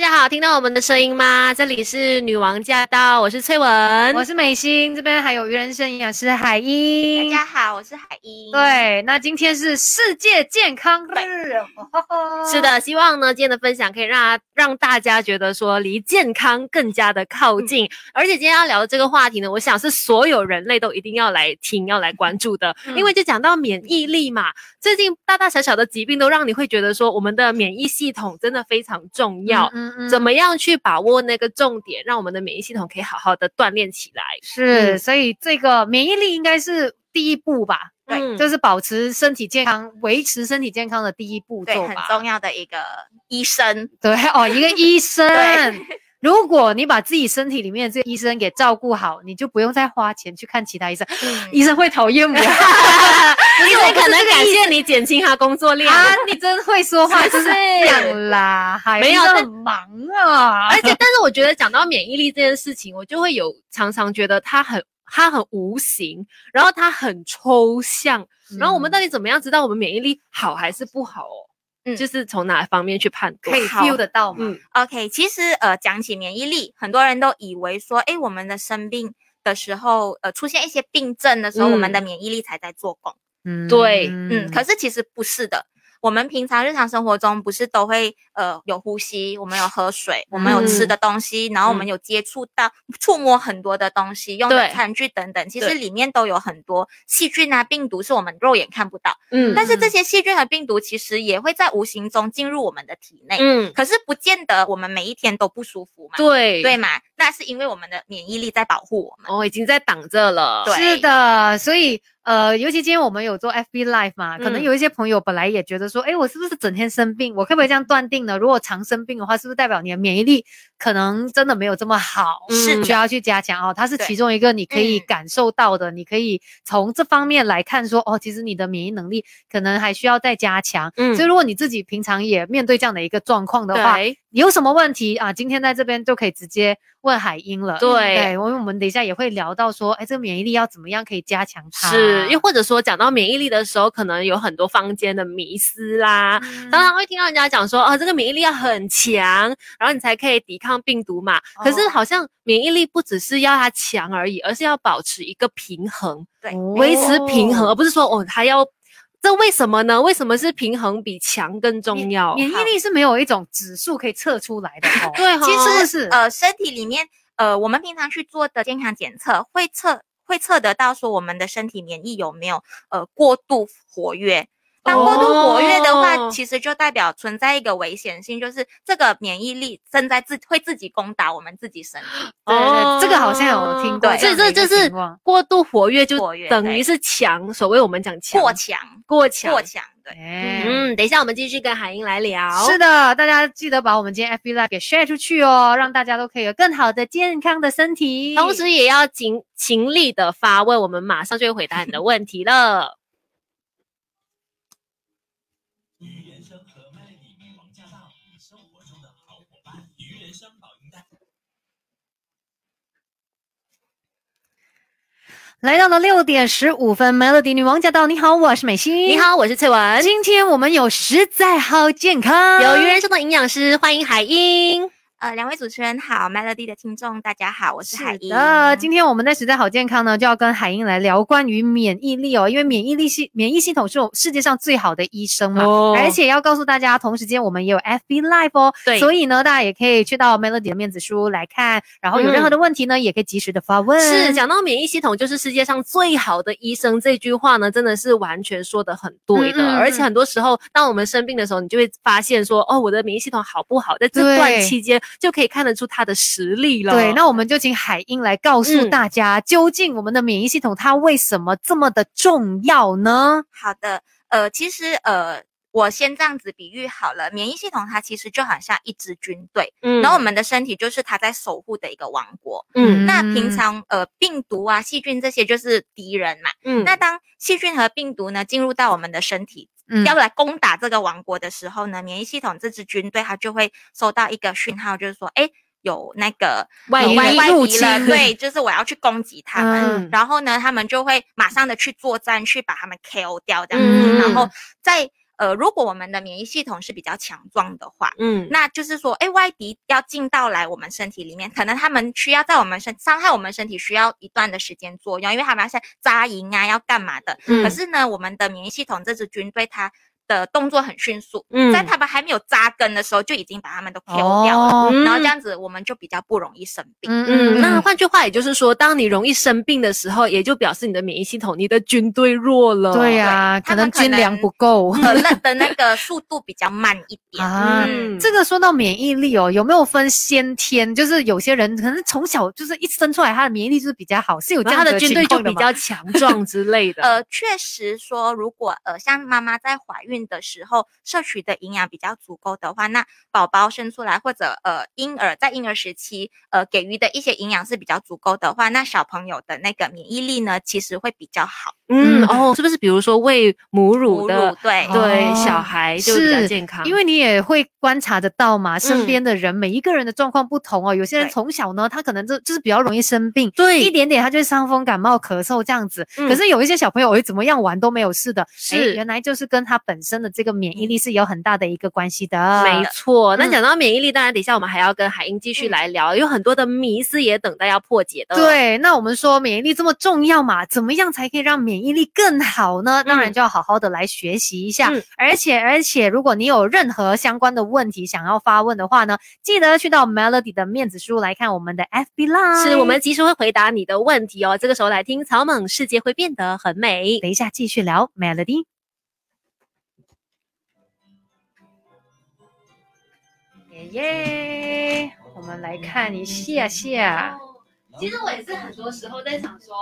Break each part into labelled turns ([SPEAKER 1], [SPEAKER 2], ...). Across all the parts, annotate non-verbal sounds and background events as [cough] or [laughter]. [SPEAKER 1] 家好，听到我们的声音吗？这里是女王驾到，我是翠文，
[SPEAKER 2] 我是美心，这边还有鱼人生营养师海
[SPEAKER 3] 大
[SPEAKER 2] 英。
[SPEAKER 3] 家好，我是海英。，
[SPEAKER 2] 对，那今天是世界健康日，
[SPEAKER 1] 是，的，希望呢今天的分享可以让啊让大家觉得说离健康更加的靠近，
[SPEAKER 2] 嗯
[SPEAKER 1] 而且今天要聊的这个话题呢，我想是所有人类都一定要来听、要来关注的，
[SPEAKER 2] 嗯
[SPEAKER 1] 因为就讲到免疫力嘛，最近大大小小的疾病都让你会觉得说我们的免疫系统真的非常重要，
[SPEAKER 2] 嗯嗯
[SPEAKER 1] 怎么样去把握那个重点，让我们的免疫系统可以好好的锻炼起来？
[SPEAKER 2] 是？
[SPEAKER 1] 嗯
[SPEAKER 2] 所以这个免疫力应该是第一步吧，
[SPEAKER 3] 对
[SPEAKER 1] 嗯
[SPEAKER 2] 就是保持身体健康、维持身体健康的第一步
[SPEAKER 3] 对，
[SPEAKER 2] 骤
[SPEAKER 3] 很
[SPEAKER 2] 吧。
[SPEAKER 3] 重要的一个医生。
[SPEAKER 2] 对哦，一个医生
[SPEAKER 3] 对。
[SPEAKER 2] 如果你把自己身体里面的这个医生给照顾好，你就不用再花钱去看其他医
[SPEAKER 3] 嗯
[SPEAKER 2] 生，医生会讨厌我。啊
[SPEAKER 1] 医生可能感谢你减轻他工作量。
[SPEAKER 2] 啊，你真会说话，
[SPEAKER 3] [laughs]
[SPEAKER 1] 是
[SPEAKER 2] 就
[SPEAKER 1] 不
[SPEAKER 2] 是
[SPEAKER 1] 是
[SPEAKER 2] 这样啦，还
[SPEAKER 1] 没有
[SPEAKER 2] 很
[SPEAKER 1] 但哎
[SPEAKER 2] 忙啊
[SPEAKER 1] 而。且，但是我觉得讲到免疫力这件事情，我就会有常常觉得它很它很无形，然后它很抽象，然后我们
[SPEAKER 2] 的
[SPEAKER 1] 到底怎么样知道我们免疫力好还是不好哦？
[SPEAKER 3] 嗯
[SPEAKER 1] 就是从哪方面去判
[SPEAKER 2] 可
[SPEAKER 1] 断？
[SPEAKER 2] 以 feel 得啊到嘛？
[SPEAKER 1] 嗯
[SPEAKER 3] [laughs] OK，其实呃，讲起免疫力，很多人都以为说，诶，我们的生病的时候，呃，出现一些病症的时候，我们的免疫力才在做工。
[SPEAKER 2] 嗯
[SPEAKER 1] 对
[SPEAKER 3] 嗯，可是其实不是的。我们平常日常生活中不是都会呃有呼吸，我们有喝水，我们有吃的东西，然后我们有接触到、触摸很多的东西，用的
[SPEAKER 1] 对
[SPEAKER 3] 餐具等等，其实
[SPEAKER 1] 对
[SPEAKER 3] 里面都有很多细菌啊、病毒是我们肉眼看不到，
[SPEAKER 1] 嗯
[SPEAKER 3] 但是这
[SPEAKER 2] 嗯
[SPEAKER 3] 些细菌和病毒其实也会在无形中进入我们的体内，
[SPEAKER 1] 嗯，
[SPEAKER 3] 可是不见得我们每一天都不舒服嘛，
[SPEAKER 1] 对
[SPEAKER 3] 对，嘛？那是因为我们的免疫力在保护我们，
[SPEAKER 1] 哦，已经在挡着了。
[SPEAKER 3] 对
[SPEAKER 2] 是的，所以呃，尤其今天我们有做 FB Live 嘛，可能
[SPEAKER 1] 嗯
[SPEAKER 2] 有一些朋友本来也觉得说，哎、我是不是整天生病？我可不可以这样断定呢？如果常生病的话，是不是代表你的免疫力可能真的没有这么好？
[SPEAKER 1] 是的
[SPEAKER 2] 需要去加强哦。它是
[SPEAKER 3] 对
[SPEAKER 2] 其中一个你可以
[SPEAKER 3] 嗯
[SPEAKER 2] 感受到的，你可以从这方面来看说，哦，其实你的免疫能力可能还需要再加强。
[SPEAKER 1] 嗯
[SPEAKER 2] 所以如果你自己平常也面对这样的一个状况的话，
[SPEAKER 1] 对，
[SPEAKER 2] 有什么问题啊？今天在这边就可以直接问海英了。
[SPEAKER 1] 对
[SPEAKER 2] 对，因为我们等一下也会聊到说，哎，这个免疫力要怎么样可以加强它？
[SPEAKER 1] 是，又或者说讲到免疫力的时候，可能有很多坊间的迷思啦。常常会听到人家讲说，啊，这个免疫力要很强，然后你才可以抵抗病毒嘛。可是
[SPEAKER 3] 哦
[SPEAKER 1] 好像免疫力不只是要它强而已，而是要保持一个平衡，
[SPEAKER 3] 对，
[SPEAKER 2] 哦
[SPEAKER 1] 维持平衡，
[SPEAKER 2] 哦
[SPEAKER 1] 而不是说哦，它要。这为什么呢？为什么是平衡比强更重
[SPEAKER 2] 哦
[SPEAKER 1] 要？
[SPEAKER 2] 免疫力是没有一种指数可以测出来的
[SPEAKER 1] [laughs]
[SPEAKER 2] 哦。
[SPEAKER 1] 对、哦，
[SPEAKER 3] 其
[SPEAKER 2] 真
[SPEAKER 3] 实
[SPEAKER 2] 的是
[SPEAKER 3] 呃，身体里面呃，我们平常去做的健康检测会测会测得到说我们的身体免疫有没有呃过度活跃。当过度活跃的话，
[SPEAKER 1] 哦
[SPEAKER 3] 其实就代表存在一个危险性，就是这个免疫力正在自会自己攻打我们自己身体。
[SPEAKER 2] 对对，这个好像有听过
[SPEAKER 3] 对
[SPEAKER 2] 这
[SPEAKER 1] 哦所
[SPEAKER 2] 样
[SPEAKER 1] 以
[SPEAKER 2] 的
[SPEAKER 1] 这
[SPEAKER 2] 一个情况。
[SPEAKER 1] 就是过度活跃，就
[SPEAKER 3] 活跃
[SPEAKER 1] 等于
[SPEAKER 3] 对
[SPEAKER 1] 是强。所谓我们讲强
[SPEAKER 3] 过强，
[SPEAKER 1] 过强
[SPEAKER 3] 过强，对，
[SPEAKER 2] 哎
[SPEAKER 1] 嗯，等一下我们继续跟海英来聊。
[SPEAKER 2] 是的，大家记得把我们今天 FB Live 给 share 出去哦，让大家都可以有更好的健康的身体。
[SPEAKER 1] 同时也要勤勤力的发问，我们马上就会回答你的问题了。
[SPEAKER 2] 来到了六点十五分，Melody 女王驾到！你好，我是美心。
[SPEAKER 1] 你好，我是翠文，
[SPEAKER 2] 今天我们有实在好健康，
[SPEAKER 1] 有鱼人生的营养师，欢迎海英。
[SPEAKER 3] 呃，两位主持人好，Melody 的听众大家好，我是海英。
[SPEAKER 2] 呃，今天我们在实在好健康呢，就要跟海英来聊关于免疫力哦，因为免疫力系免疫系统是我世界上最好的医生嘛。
[SPEAKER 1] 哦
[SPEAKER 2] 而且要告诉大家，同时间我们也有 FB Live 哦，
[SPEAKER 1] 对
[SPEAKER 2] 所以呢，大家也可以去到 Melody 的面子书来看，然后有任何的问题呢，也可以及时的发问。
[SPEAKER 1] 嗯是讲到免疫系统，就是世界上最好的医生这句话呢，真的是完全说的很对的。
[SPEAKER 2] 嗯嗯嗯
[SPEAKER 1] 而且很多时候，当我们生病的时候，你就会发现说，哦，我的免疫系统好不好？在这
[SPEAKER 2] 对
[SPEAKER 1] 段期间就可以看得出他的实力了。
[SPEAKER 2] 对，那我们就请海英来告诉
[SPEAKER 1] 嗯
[SPEAKER 2] 大家，究竟我们的免疫系统它为什么这么的重要呢？
[SPEAKER 3] 好的，呃，其实呃，我先这样子比喻好了，免疫系统它其实就好像一支军队，
[SPEAKER 1] 嗯
[SPEAKER 3] 然后我们的身体就是它在守护的一个王国。
[SPEAKER 1] 嗯
[SPEAKER 3] 那平
[SPEAKER 2] 嗯
[SPEAKER 3] 常呃，病毒啊、细菌这些就是敌人嘛。
[SPEAKER 1] 嗯
[SPEAKER 3] 那当细菌和病毒呢进入到我们的身体，
[SPEAKER 2] 嗯
[SPEAKER 3] 要来攻打这个王国的时候呢，免疫系统这支军队它就会收到一个讯号，就是说，哎，有那个
[SPEAKER 1] 外
[SPEAKER 3] 有
[SPEAKER 2] 敌
[SPEAKER 3] 外
[SPEAKER 2] 人
[SPEAKER 3] 外
[SPEAKER 2] 入
[SPEAKER 3] 敌了，
[SPEAKER 2] 侵
[SPEAKER 3] 对，就是我要去攻击他们。
[SPEAKER 1] 嗯
[SPEAKER 3] 然后呢，他们就会马上的去作战，去把他们 KO 掉这样子。
[SPEAKER 1] 嗯
[SPEAKER 3] 然后在呃，如果我们的免疫系统是比较强壮的话，
[SPEAKER 1] 嗯，
[SPEAKER 3] 那就是说，哎，外敌要进到来我们身体里面，可能他们需要在我们身伤害我们身体需要一段的时间作用，因为他们要先扎营啊，要干嘛的。
[SPEAKER 1] 嗯
[SPEAKER 3] 可是呢，我们的免疫系统这支军队它的动作很迅速，
[SPEAKER 1] 嗯
[SPEAKER 3] 在他们还没有扎根的时候就已经把他们都 kill 掉了，
[SPEAKER 1] 嗯
[SPEAKER 3] 然后这样子我们就比较不容易生病。
[SPEAKER 1] 嗯，那
[SPEAKER 2] 那
[SPEAKER 1] 换句话也就是说，当你容易生病的时候，也就表示你的免疫系统、你的军队弱了。
[SPEAKER 2] 对呀，可
[SPEAKER 3] 他们
[SPEAKER 2] 能
[SPEAKER 3] 可
[SPEAKER 2] 军粮
[SPEAKER 3] 能
[SPEAKER 2] 不够
[SPEAKER 3] 可乐的呃那个速度比较慢一
[SPEAKER 2] [laughs]
[SPEAKER 3] 点，
[SPEAKER 2] 啊。
[SPEAKER 1] 嗯
[SPEAKER 2] 这个说到免疫力哦，有没有分先天？就是有些人可能从小就是一生出来，他的免疫力就是比较好，是有这
[SPEAKER 1] 然
[SPEAKER 2] 样
[SPEAKER 1] 后他的
[SPEAKER 2] 的
[SPEAKER 1] 军
[SPEAKER 2] 情
[SPEAKER 1] 队就
[SPEAKER 2] 况的
[SPEAKER 1] 比
[SPEAKER 2] 吗
[SPEAKER 1] 较强壮之类的。
[SPEAKER 3] 呃，确实说，如果呃像妈妈在怀孕的时候摄取的营养比较足够的话，那宝宝生出来或者呃婴儿在婴儿时期呃给予的一些营养是比较足够的话，那小朋友的那个免疫力呢其实会比较好。
[SPEAKER 1] 嗯，
[SPEAKER 2] 嗯
[SPEAKER 1] 哦，是不是比如说喂母乳
[SPEAKER 3] 母
[SPEAKER 1] 的
[SPEAKER 3] 乳对
[SPEAKER 2] 哦
[SPEAKER 1] 对小孩就比较
[SPEAKER 2] 是
[SPEAKER 1] 健
[SPEAKER 2] [laughs]
[SPEAKER 1] 康？
[SPEAKER 2] 因为你也会观察得到嘛，身
[SPEAKER 1] 嗯
[SPEAKER 2] 边的人、每一个人的状况不同哦。有些人
[SPEAKER 3] 对
[SPEAKER 2] 从小呢，他可能就就是比较容易生病，
[SPEAKER 1] 对
[SPEAKER 2] 一点点他就会伤风感冒、咳嗽这样子。
[SPEAKER 1] 嗯
[SPEAKER 2] 可是有一些小朋友，哎，怎么样玩都没有事的，哎
[SPEAKER 1] 是嗯
[SPEAKER 2] 原来就是跟他本身的这个免疫力是有很大的一个关系的。
[SPEAKER 1] 没错，那
[SPEAKER 2] 嗯
[SPEAKER 1] 讲到免疫力，当然等一下我们还要跟海英继续来聊，有很多的迷思也等待要破解的。，
[SPEAKER 2] 对，那我们说免疫力这么重要嘛，怎么样才可以让免疫力更好呢？当然
[SPEAKER 1] 嗯
[SPEAKER 2] 就要好好的来学习一下。
[SPEAKER 1] 嗯
[SPEAKER 2] 而且而且，如果你有任何相关的问题想要发问的话呢，记得去到 Melody 的面子书来看我们的 FB Live。
[SPEAKER 1] 是我们及时会回答你的问题哦。这个时候来听草蜢，世界会变得很美。
[SPEAKER 2] 等一下继续聊 Melody。耶耶，我们来看一下下。
[SPEAKER 1] 哦其实我也是很多时候在想说，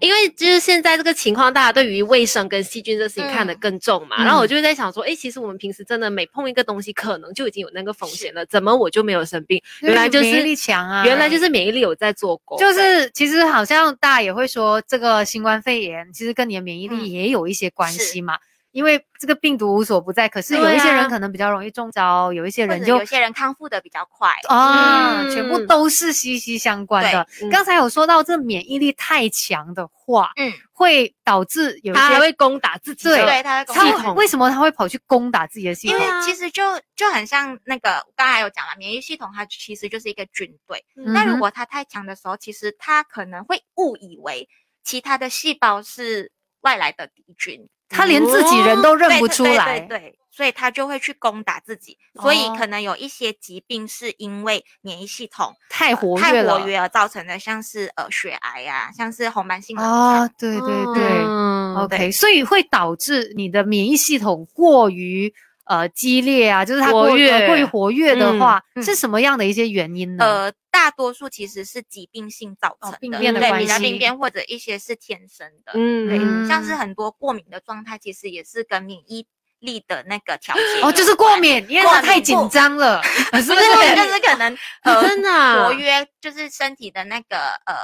[SPEAKER 1] 因为就是现在这个情况，大家对于卫生跟细菌这事情看得更重嘛，
[SPEAKER 2] 嗯
[SPEAKER 1] 然后我就在想说，哎，其实我们平时真的每碰一个东西，可能就已经有那个风险了，怎么我就没有生病？原来就是
[SPEAKER 2] 因为免疫力强啊，
[SPEAKER 1] 原来就是免疫力有在做工，
[SPEAKER 2] 就是其实好像大家也会说，这个新冠肺炎其实跟你的免疫力
[SPEAKER 3] 嗯
[SPEAKER 2] 也有一些关系嘛。因为这个病毒无所不在，可是有
[SPEAKER 1] 对
[SPEAKER 2] 一些
[SPEAKER 1] 啊
[SPEAKER 2] 人可能比较容易中招，有一些
[SPEAKER 3] 或
[SPEAKER 2] 人
[SPEAKER 3] 者
[SPEAKER 2] 就
[SPEAKER 3] 有些人康复的比较快，
[SPEAKER 2] 啊，
[SPEAKER 1] 嗯
[SPEAKER 2] 全部都是息息相关的。
[SPEAKER 1] 对嗯
[SPEAKER 2] 刚才有说到，这免疫力太强的话，
[SPEAKER 3] 嗯，
[SPEAKER 2] 会导致有一
[SPEAKER 1] 他还
[SPEAKER 2] 些
[SPEAKER 1] 会攻打自己的。
[SPEAKER 2] 对
[SPEAKER 3] 对，他会
[SPEAKER 2] 他
[SPEAKER 1] 系
[SPEAKER 2] 会
[SPEAKER 1] 统
[SPEAKER 2] 为什么他会跑去攻打自己的系
[SPEAKER 3] 因
[SPEAKER 2] 统？
[SPEAKER 3] 为
[SPEAKER 1] 对啊
[SPEAKER 3] 其实就就很像那个刚才有讲了，免疫系统它其实就是一个军队。那
[SPEAKER 2] 嗯
[SPEAKER 3] 如
[SPEAKER 2] 哼
[SPEAKER 3] 果它太强的时候，其实它可能会误以为其他的细胞是外来的敌军，哦
[SPEAKER 2] 他连自己人都认
[SPEAKER 3] 对
[SPEAKER 2] 不
[SPEAKER 3] 它
[SPEAKER 2] 出
[SPEAKER 3] 对
[SPEAKER 2] 来，
[SPEAKER 3] 对对所以它就会去攻打自己。所以
[SPEAKER 2] 哦
[SPEAKER 3] 可能有一些疾病是因为免疫系统呃
[SPEAKER 2] 太活
[SPEAKER 3] 太
[SPEAKER 2] 跃了。
[SPEAKER 3] 活跃而造成的，像是呃血癌啊，像是红斑性狼
[SPEAKER 2] 啊
[SPEAKER 3] 疮。，
[SPEAKER 2] 对对哦对。
[SPEAKER 1] 嗯
[SPEAKER 3] 哦
[SPEAKER 2] OK，所以会导致你的免疫系统过于呃激烈啊，就是它
[SPEAKER 1] 活
[SPEAKER 2] 过呃
[SPEAKER 1] 跃
[SPEAKER 2] 过于活跃的话，
[SPEAKER 3] 嗯嗯
[SPEAKER 2] 是什么样的一些原因呢？
[SPEAKER 3] 呃，大多数其实是疾病性造
[SPEAKER 2] 嗯哦
[SPEAKER 3] 成的，
[SPEAKER 2] 病变
[SPEAKER 1] 的
[SPEAKER 3] 对，
[SPEAKER 1] 关
[SPEAKER 3] 比较
[SPEAKER 1] 系
[SPEAKER 3] 病变或者一些是天生的。对，
[SPEAKER 1] 嗯，
[SPEAKER 3] 像是很多过敏的状态，其实也是跟免疫力的那个调节
[SPEAKER 2] 哦，
[SPEAKER 3] 有
[SPEAKER 2] 就是过
[SPEAKER 3] 关。
[SPEAKER 2] 敏，因为
[SPEAKER 3] 过
[SPEAKER 2] 它
[SPEAKER 3] 敏
[SPEAKER 2] 太紧张
[SPEAKER 3] [laughs]
[SPEAKER 2] 了，是
[SPEAKER 3] 不
[SPEAKER 2] 不
[SPEAKER 3] 是
[SPEAKER 2] 是？
[SPEAKER 3] 过敏，就是可能呃
[SPEAKER 1] 真的啊
[SPEAKER 3] 活跃，就是身体的那个呃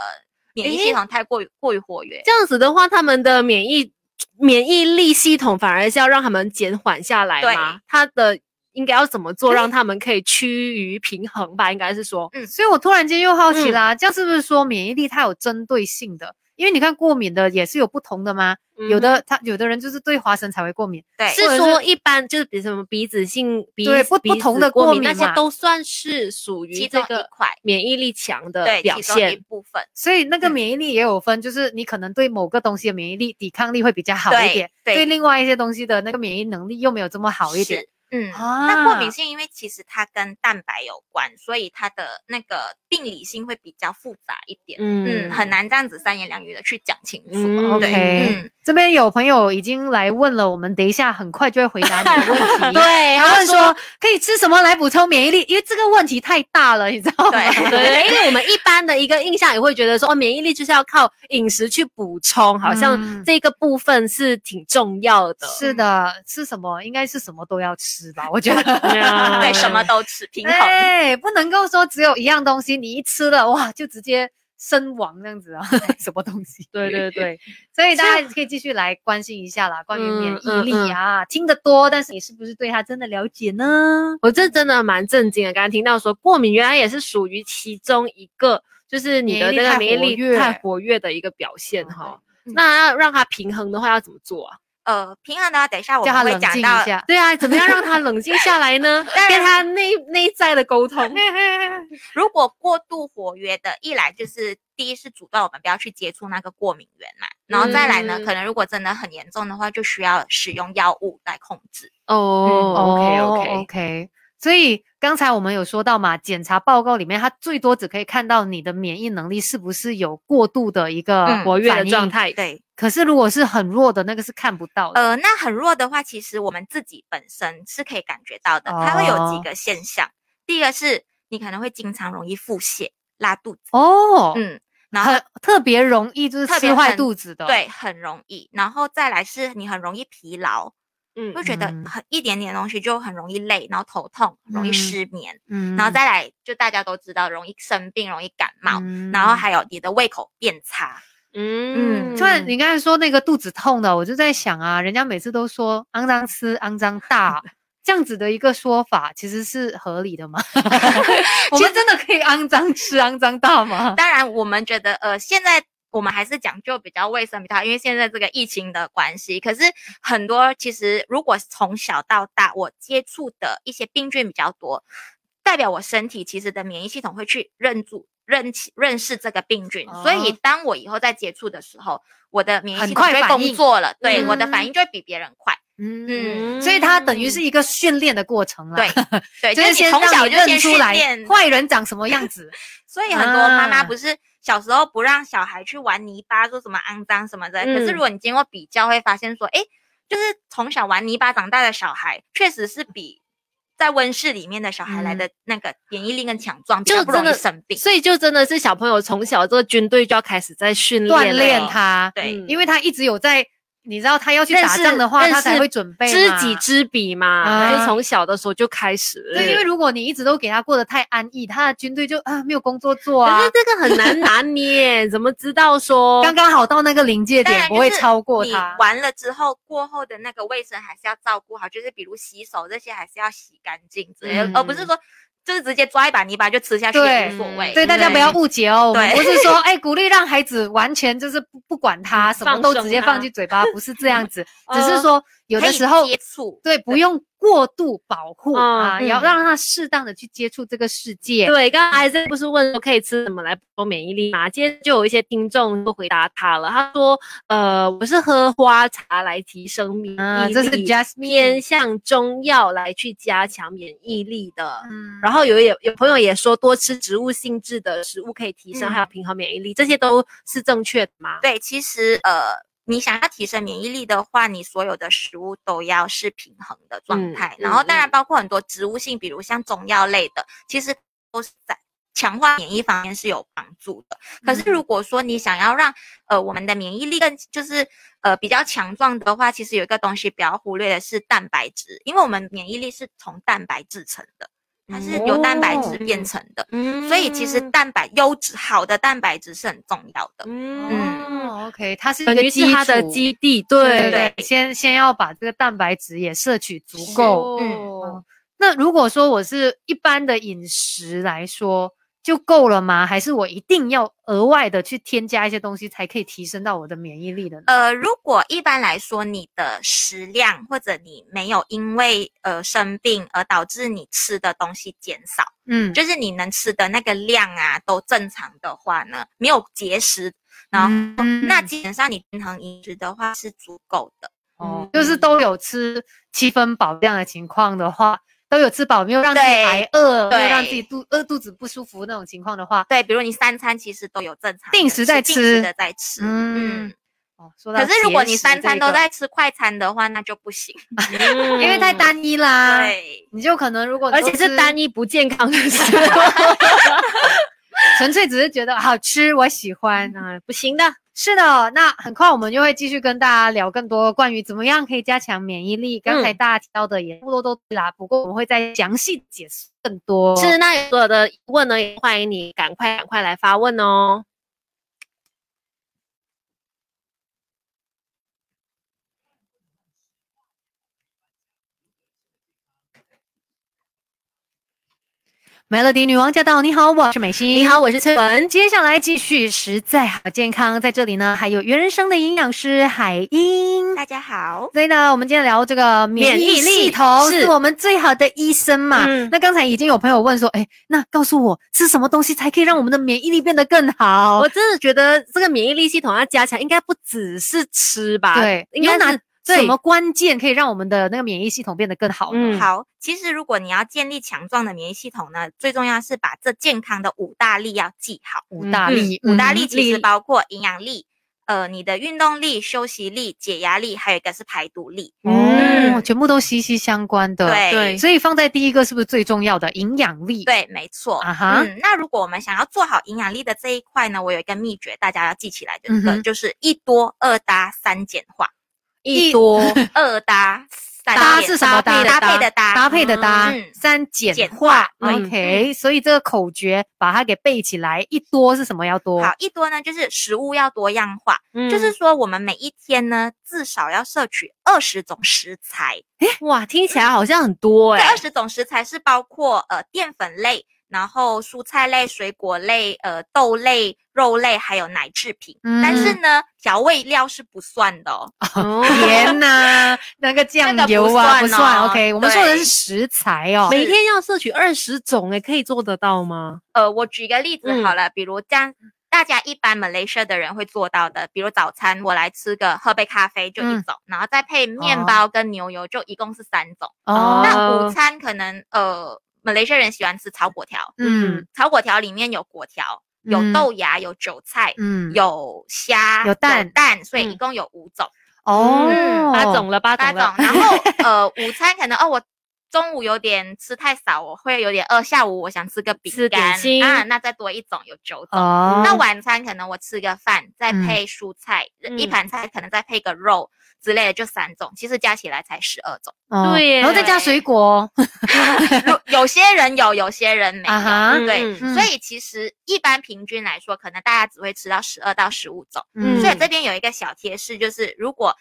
[SPEAKER 3] 免疫
[SPEAKER 1] 诶
[SPEAKER 3] 系统太过于过于活跃。
[SPEAKER 1] 这样子的话，他们的免疫免疫力系统反而是要让他们减缓下来吗
[SPEAKER 3] 对？嗯
[SPEAKER 1] 他的应该要怎么做，
[SPEAKER 3] 对
[SPEAKER 1] 让他们可以趋于平衡吧？应该是说，
[SPEAKER 2] [laughs] 所以我突然间又好
[SPEAKER 3] 嗯
[SPEAKER 2] 奇啦、这样是不是说免疫力它有针对性的？因为你看过敏的也是有不同的嘛，有的他有的人就是对花生才会过敏，
[SPEAKER 3] 嗯对，
[SPEAKER 1] 是
[SPEAKER 2] 或者
[SPEAKER 1] 说一般就是比如什么鼻子性鼻
[SPEAKER 2] 对不
[SPEAKER 1] 鼻子
[SPEAKER 2] 不同的
[SPEAKER 1] 过
[SPEAKER 2] 过敏
[SPEAKER 1] 那些
[SPEAKER 2] 嘛
[SPEAKER 1] 都算是属于
[SPEAKER 3] 其
[SPEAKER 1] 这
[SPEAKER 3] 中一
[SPEAKER 1] 个
[SPEAKER 3] 块，
[SPEAKER 1] 免疫力强的
[SPEAKER 3] 对，
[SPEAKER 1] 表
[SPEAKER 3] 其中一
[SPEAKER 1] 现。
[SPEAKER 3] 部分。
[SPEAKER 2] 所以那个
[SPEAKER 3] 嗯
[SPEAKER 2] 免疫力也有分，就是你可能对某个东西的免疫力抵抗力会比较好一
[SPEAKER 3] 对
[SPEAKER 2] 点，
[SPEAKER 3] 对
[SPEAKER 2] 另外一些东西的那个免疫能力又没有这么好一点
[SPEAKER 3] 是。嗯，
[SPEAKER 2] 啊
[SPEAKER 3] 那过敏是因为其实它跟蛋白有关，所以它的那个病理性会比较复杂一点。
[SPEAKER 1] 嗯
[SPEAKER 3] 嗯，
[SPEAKER 1] [laughs]
[SPEAKER 3] 很。难这样子三言两语的去讲清楚。
[SPEAKER 1] 嗯
[SPEAKER 3] 对
[SPEAKER 2] OK
[SPEAKER 3] 嗯，
[SPEAKER 2] 这边有朋友已经来问了，我们等一下很快就会回答你的问
[SPEAKER 3] [laughs]
[SPEAKER 2] 题。
[SPEAKER 1] 对，
[SPEAKER 2] 他
[SPEAKER 1] 他
[SPEAKER 2] 问
[SPEAKER 1] 说，
[SPEAKER 2] 说可以吃什么来补充免疫力，因为这个问题太大了，你知道吗？
[SPEAKER 3] 嗯对
[SPEAKER 1] [laughs] 对，因为我们一般的一个印象也会觉得说，哦，免疫力就是要靠饮食去补充，好像
[SPEAKER 2] 嗯
[SPEAKER 1] 这个部分是挺重要的。
[SPEAKER 2] 是的，吃什么应该是什么都要吃吧，我觉得。
[SPEAKER 3] [laughs] [laughs] 对，
[SPEAKER 1] [laughs]
[SPEAKER 3] 什么都吃，平衡。
[SPEAKER 2] 哎，不能够说只有一样东西，你一吃了哇就直接身亡这样子啊， [laughs] 什么东西？
[SPEAKER 1] 对对对，
[SPEAKER 2] 所以大家可以继续来关心一下啦，关于免
[SPEAKER 1] 嗯
[SPEAKER 2] 疫力啊，听得多，但是你是不是对它真的了解呢？
[SPEAKER 1] [laughs] 我这真的蛮震惊的。刚刚听到说过敏，原来也是属于其中一个，就是你的
[SPEAKER 2] 免疫
[SPEAKER 1] 这
[SPEAKER 2] 力
[SPEAKER 1] 个
[SPEAKER 2] 太
[SPEAKER 1] 免疫
[SPEAKER 2] 活
[SPEAKER 1] 力
[SPEAKER 2] 跃哦
[SPEAKER 1] 太活跃的一个表现哈。
[SPEAKER 3] 嗯
[SPEAKER 1] 那要让它平衡的话，要怎么做啊？ [laughs]
[SPEAKER 3] 呃，平衡的话，等一下我
[SPEAKER 2] 叫他
[SPEAKER 3] 们会
[SPEAKER 2] 冷
[SPEAKER 3] 讲
[SPEAKER 2] 静
[SPEAKER 3] 到
[SPEAKER 2] 一，下。
[SPEAKER 1] 对啊，怎么样让他冷静下来呢？
[SPEAKER 2] [laughs]
[SPEAKER 3] 然
[SPEAKER 1] 跟他内内在的沟通。
[SPEAKER 3] 如果过度活跃的，一来就是第一是阻断我们不要去接触那个过敏源嘛，然后再来呢，
[SPEAKER 2] 嗯
[SPEAKER 3] 可能如果真的很严重的话，就需要使用药物来控制。
[SPEAKER 1] 哦，OK
[SPEAKER 2] 哦
[SPEAKER 1] OK，
[SPEAKER 2] OK。所以刚才我们有说到嘛，检查报告里面，它最多只可以看到你的免疫能力是不是有过度的一个
[SPEAKER 3] 嗯
[SPEAKER 1] 活跃的
[SPEAKER 2] 反应
[SPEAKER 1] 状。态。
[SPEAKER 3] 对，
[SPEAKER 2] 可是如果是很弱的那个是看不到的。
[SPEAKER 3] 呃，那很弱的话，其实我们自己本身是可以感觉到的，它会有
[SPEAKER 2] 哦
[SPEAKER 3] 几个现象。第一个是你可能会经常容易腹泻、拉肚子，
[SPEAKER 2] 哦，
[SPEAKER 3] 嗯，然后
[SPEAKER 2] 很特别容易就是
[SPEAKER 3] 特
[SPEAKER 2] 吃
[SPEAKER 3] 别
[SPEAKER 2] 坏
[SPEAKER 3] 很
[SPEAKER 2] 肚子的。
[SPEAKER 3] 对，很容易。然后再来是你很容易疲劳，
[SPEAKER 1] 嗯
[SPEAKER 3] 会觉得
[SPEAKER 2] 嗯
[SPEAKER 3] 很一点点东西就很容易累，然后头痛，容易
[SPEAKER 2] 嗯
[SPEAKER 3] 失眠。
[SPEAKER 2] 嗯，嗯
[SPEAKER 3] 然后再来就大家都知道容易生病、容易感冒，
[SPEAKER 2] 嗯
[SPEAKER 3] 然后还有你的胃口变差，
[SPEAKER 1] 嗯，
[SPEAKER 2] 突然你刚才说那个肚子痛的，我就在想啊，人家每次都说肮脏吃肮脏大。这样子的一个说法其实是合理的吗？ [laughs] 我们真的可以肮脏吃肮脏大吗？
[SPEAKER 3] 当然我们觉得呃现在。我们还是讲究比较卫生比较好，因为现在这个疫情的关系。可是很多其实如果从小到大我接触的一些病菌比较多，代表我身体其实的免疫系统会去认住、认起、认识这个病菌，所以
[SPEAKER 2] 哦
[SPEAKER 3] 当我以后再接触的时候，我的免疫
[SPEAKER 2] 很
[SPEAKER 3] 系统
[SPEAKER 2] 快
[SPEAKER 3] 就会
[SPEAKER 2] 反应
[SPEAKER 3] 工作了，对、我的反
[SPEAKER 1] 嗯
[SPEAKER 3] 应就会比别人快。
[SPEAKER 2] 嗯，
[SPEAKER 3] 嗯
[SPEAKER 2] 所以它等于是一个训练的过程了。
[SPEAKER 3] 对对，
[SPEAKER 2] 就是是
[SPEAKER 3] 你
[SPEAKER 2] 先
[SPEAKER 3] 从
[SPEAKER 2] 让
[SPEAKER 3] 小
[SPEAKER 2] 你
[SPEAKER 3] 就先
[SPEAKER 2] 认出
[SPEAKER 3] 训
[SPEAKER 2] 来
[SPEAKER 3] 练
[SPEAKER 2] 坏人长什么样子。
[SPEAKER 3] 所以很多妈
[SPEAKER 2] 啊
[SPEAKER 3] 妈不是小时候不让小孩去玩泥巴，说什么肮脏什么的。可
[SPEAKER 1] 嗯
[SPEAKER 3] 是如果你经过比较，会发现说，诶，就是从小玩泥巴长大的小孩，确实是比在温室里面的小孩来
[SPEAKER 2] 嗯
[SPEAKER 3] 的那个免疫力更强壮，比
[SPEAKER 1] 就
[SPEAKER 3] 较不容
[SPEAKER 1] 真
[SPEAKER 3] 易
[SPEAKER 1] 的
[SPEAKER 3] 生病。
[SPEAKER 1] 所以就真的是小朋友从小这个军队就要开始在训
[SPEAKER 2] 锻
[SPEAKER 1] 练
[SPEAKER 2] 炼
[SPEAKER 1] 了
[SPEAKER 2] 他，
[SPEAKER 3] 对，
[SPEAKER 1] 嗯
[SPEAKER 2] 因为他一直有在，你知道他要去
[SPEAKER 1] 认
[SPEAKER 2] 打
[SPEAKER 1] 识
[SPEAKER 2] 仗的话，
[SPEAKER 1] 认
[SPEAKER 2] 他才
[SPEAKER 1] 识
[SPEAKER 2] 会准备
[SPEAKER 1] 知
[SPEAKER 2] 嘛
[SPEAKER 1] 己知彼嘛，
[SPEAKER 2] 啊
[SPEAKER 1] 就是从小的时候就开始了。
[SPEAKER 2] 对，因为如果你一直都给他过得太安逸，他的军队就啊没有工作做
[SPEAKER 1] 可
[SPEAKER 2] 啊
[SPEAKER 1] 是，这个很难拿捏，怎么知道说
[SPEAKER 2] 刚刚好到那个临界
[SPEAKER 3] 当
[SPEAKER 2] 点，
[SPEAKER 3] 然
[SPEAKER 2] 不
[SPEAKER 3] 就
[SPEAKER 2] 会
[SPEAKER 3] 是
[SPEAKER 2] 超过
[SPEAKER 3] 你
[SPEAKER 2] 他。
[SPEAKER 3] 完了之后，过后的那个卫生还是要照顾好，就是比如洗手这些还是要洗干净之类的，而不是
[SPEAKER 2] 嗯
[SPEAKER 3] 说就是直接抓一把泥巴就吃下去也
[SPEAKER 2] 对
[SPEAKER 3] 无所谓。
[SPEAKER 2] 所以大家不要误解哦，我们
[SPEAKER 3] 对
[SPEAKER 2] 不是说哎鼓励让孩子完全就是不不管他，什么
[SPEAKER 1] 嗯放
[SPEAKER 2] 都
[SPEAKER 1] 生
[SPEAKER 2] 直接
[SPEAKER 1] 他
[SPEAKER 2] 放进嘴巴，不是这样
[SPEAKER 1] [laughs]
[SPEAKER 2] 子，只是
[SPEAKER 1] 呃
[SPEAKER 2] 说有
[SPEAKER 3] 可
[SPEAKER 2] 的
[SPEAKER 3] 以
[SPEAKER 2] 时候
[SPEAKER 3] 接触，
[SPEAKER 2] 对不用过度保护
[SPEAKER 1] 嗯
[SPEAKER 2] 啊，也要
[SPEAKER 3] 嗯
[SPEAKER 2] 让他适当的去接触这个世界。
[SPEAKER 1] 对，刚才 Isaac 不是问说可以吃什么来补充免疫力嘛？今天就有一些听众就回答他了，他说：“呃，我是喝花茶来提升免疫力，
[SPEAKER 2] 啊，这是 Jasmine，
[SPEAKER 1] 偏向中药来去加强免疫力的。
[SPEAKER 2] 嗯
[SPEAKER 1] 然后有也有朋友也说，多吃植物性质的食物可以提升，
[SPEAKER 3] 嗯
[SPEAKER 1] 还有平衡免疫力，这些都是正确的吗？
[SPEAKER 3] 对，其实呃，你想要提升免疫力的话，你所有的食物都要是平衡的
[SPEAKER 1] 嗯
[SPEAKER 3] 状态，然后
[SPEAKER 1] 嗯
[SPEAKER 3] 当
[SPEAKER 1] 嗯
[SPEAKER 3] 然包括很多植物性，比如像中药类的，其实都是在。强化免疫方面是有帮助的，可
[SPEAKER 1] 嗯
[SPEAKER 3] 是如果说你想要让呃我们的免疫力更就是呃比较强壮的话，其实有一个东西不要忽略的是蛋白质，因为我们免疫力是从蛋白制成的，它是由蛋白质
[SPEAKER 2] 哦
[SPEAKER 3] 变成的，
[SPEAKER 1] 嗯
[SPEAKER 3] 所以其实蛋白优质好的蛋白质是很重要的。
[SPEAKER 1] 嗯，
[SPEAKER 2] 哦，OK，它是一
[SPEAKER 1] 等
[SPEAKER 2] 个
[SPEAKER 1] 于是它的
[SPEAKER 2] 础
[SPEAKER 1] 基地，
[SPEAKER 2] 对
[SPEAKER 1] 对
[SPEAKER 2] 对
[SPEAKER 3] 对，
[SPEAKER 2] 先先要把这个蛋白质也摄取足够。
[SPEAKER 3] 嗯
[SPEAKER 1] 哦
[SPEAKER 2] 那如果说我是一般的饮食来说就够了吗？还是我一定要额外的去添加一些东西才可以提升到我的免疫力的呢？
[SPEAKER 3] 呃，如果一般来说你的食量或者你没有因为呃生病而导致你吃的东西减少，
[SPEAKER 2] 嗯，
[SPEAKER 3] 就是你能吃的那个量啊都正常的话呢，没有节食，然后、
[SPEAKER 2] 嗯
[SPEAKER 3] 那基本上你均衡饮食的话是足够的。
[SPEAKER 2] 哦，就是都有吃七分饱这样的情况的话，都有吃饱，没有让自己
[SPEAKER 3] 对
[SPEAKER 2] 挨饿，没有
[SPEAKER 3] 对
[SPEAKER 2] 让自己肚饿肚子不舒服那种情况的话，
[SPEAKER 3] 对，比如你三餐其实都有正常的
[SPEAKER 2] 定时在
[SPEAKER 3] 定
[SPEAKER 2] 吃
[SPEAKER 3] 时的在吃，
[SPEAKER 2] 嗯
[SPEAKER 3] 嗯。
[SPEAKER 2] 哦，说到
[SPEAKER 3] 可是如果你
[SPEAKER 2] 节食
[SPEAKER 3] 三餐
[SPEAKER 2] 这个
[SPEAKER 3] 都，在吃快餐的话，那就不行。
[SPEAKER 1] 嗯
[SPEAKER 2] 因为太单一啦，
[SPEAKER 3] 对，
[SPEAKER 2] 你就可能如果
[SPEAKER 1] 而且是
[SPEAKER 2] 一。
[SPEAKER 1] 单一不健康的食物， [laughs]
[SPEAKER 2] 纯粹只是觉得好吃，我喜
[SPEAKER 3] 嗯
[SPEAKER 2] 欢。
[SPEAKER 1] 那不行的。
[SPEAKER 2] [laughs] 是的，那很快我们就会继续跟大家聊更多关于怎么样可以加强免疫力。刚才大家提到的也差不多都对啦，不过我们会再详细解释更多。
[SPEAKER 1] 是，那有所有的疑问呢，也欢迎你赶快赶快来发问哦。
[SPEAKER 2] Melody 女王驾到！你好，我是美心。
[SPEAKER 1] 你好，我是崔文。
[SPEAKER 2] 接下来继续实在好健康，在这里呢还有原人生的营养师海英。
[SPEAKER 3] 大家好，
[SPEAKER 2] 所以呢，我们今天聊这个免
[SPEAKER 1] 免疫
[SPEAKER 2] 疫
[SPEAKER 1] 力
[SPEAKER 2] 系统
[SPEAKER 1] 是
[SPEAKER 2] 是我们最好的医生嘛？
[SPEAKER 1] 嗯
[SPEAKER 2] 那刚才已经有朋友问说，哎，那告诉我吃什么东西才可以让我们的免疫力变得更好
[SPEAKER 1] 我？真的觉得这个免疫力系统要加强，应该不只是吃吧？
[SPEAKER 2] 对，
[SPEAKER 1] 应该
[SPEAKER 2] 有哪
[SPEAKER 1] 是对
[SPEAKER 2] 什么关键可以让我们的那个免疫系统变得更好？
[SPEAKER 1] 嗯
[SPEAKER 3] 好，其实如果你要建立强壮的免疫系统呢，最重要是把这健康的五大力要记好。
[SPEAKER 2] 五大力，
[SPEAKER 3] 五大
[SPEAKER 2] 嗯
[SPEAKER 3] 力其实
[SPEAKER 1] 力
[SPEAKER 3] 包括营养力，呃，你的运动力、休息力、解压力，还有一个是排毒力。
[SPEAKER 2] 哦，
[SPEAKER 1] 嗯
[SPEAKER 2] 全部都息息相关的。
[SPEAKER 3] 对
[SPEAKER 1] 对
[SPEAKER 2] 所以放在第一个是不是最重要的营养力？，
[SPEAKER 3] 对，没错。
[SPEAKER 2] 啊哈
[SPEAKER 3] 嗯，那如果我们想要做好营养力的这一块呢，我有一个秘诀，大家要记起来的，
[SPEAKER 2] 嗯哼
[SPEAKER 3] 就是一多二搭三简化，
[SPEAKER 1] 一多
[SPEAKER 3] 二搭三
[SPEAKER 2] 搭
[SPEAKER 3] 简
[SPEAKER 2] 是什么搭
[SPEAKER 3] 搭配的搭，
[SPEAKER 2] 搭配的搭
[SPEAKER 3] 嗯，
[SPEAKER 2] 三简
[SPEAKER 3] 简
[SPEAKER 2] 化
[SPEAKER 3] 化。
[SPEAKER 1] 嗯
[SPEAKER 2] OK，所以这个口诀把它给背起来，一多是什么要多？
[SPEAKER 3] 好，一多呢就是食物要多样化，就
[SPEAKER 1] 就是是
[SPEAKER 3] 说我们每一天呢至少要摄取二十种食材，
[SPEAKER 1] 哇，听起来好像很多
[SPEAKER 3] 这
[SPEAKER 1] 哎、
[SPEAKER 3] 二十种食材是包括呃淀粉类，然后蔬菜类、水果类、呃豆类、肉类，还有奶制品。
[SPEAKER 2] 嗯
[SPEAKER 3] 但是呢，调味料是不算的哦。
[SPEAKER 1] 哦 [laughs]
[SPEAKER 2] 盐呐，那个酱油啊
[SPEAKER 3] 那个不算
[SPEAKER 2] 算。
[SPEAKER 3] 哦
[SPEAKER 2] OK，我们说的是
[SPEAKER 3] 对
[SPEAKER 2] 食材哦。
[SPEAKER 1] 每天要摄取二十种哎、可以做得到吗？
[SPEAKER 3] 呃，我举个例子
[SPEAKER 1] 嗯
[SPEAKER 3] 好了，比如这样，大家一般马来西亚的人会做到的，比如早餐我来吃个喝杯咖啡就一
[SPEAKER 2] 嗯
[SPEAKER 3] 种，然后再配面包跟牛油，就一共是三种。
[SPEAKER 2] 哦，
[SPEAKER 3] 那
[SPEAKER 1] 哦
[SPEAKER 3] 午餐可能呃，马来西亚人喜欢吃炒粿条，
[SPEAKER 2] 嗯
[SPEAKER 3] 炒粿条里面有粿条，有
[SPEAKER 2] 嗯
[SPEAKER 3] 豆芽，有韭菜，
[SPEAKER 2] 嗯，
[SPEAKER 3] 有虾，
[SPEAKER 2] 有蛋
[SPEAKER 3] 蛋，所以一
[SPEAKER 1] 嗯
[SPEAKER 3] 共有五种，
[SPEAKER 2] 哦，
[SPEAKER 1] 八种了，八
[SPEAKER 3] 八
[SPEAKER 1] 种
[SPEAKER 3] 种
[SPEAKER 1] 了。。
[SPEAKER 3] 然
[SPEAKER 2] [laughs]
[SPEAKER 3] 后呃，午餐可能哦，我中午有点吃太少，我会有点饿，下午我想吃个饼
[SPEAKER 1] 吃点
[SPEAKER 3] 干
[SPEAKER 1] 心
[SPEAKER 3] 啊，那再多一种有九种。
[SPEAKER 2] 哦，
[SPEAKER 3] 那晚餐可能我吃个饭，再
[SPEAKER 2] 嗯
[SPEAKER 3] 配蔬菜，一
[SPEAKER 1] 嗯
[SPEAKER 3] 盘菜可能再配个肉之类的，就三种，其实加起来才十
[SPEAKER 2] [laughs]
[SPEAKER 3] 二种。
[SPEAKER 2] 哦
[SPEAKER 1] 对耶
[SPEAKER 2] 然后再加水果
[SPEAKER 3] 有有些人有，有些人没有。
[SPEAKER 2] 啊哈，
[SPEAKER 3] 对
[SPEAKER 1] 嗯
[SPEAKER 3] 所以其实一般平均来说，可能大家只会吃到十二到十五种。
[SPEAKER 1] 嗯
[SPEAKER 3] 所以这边有一个小贴士，就是如果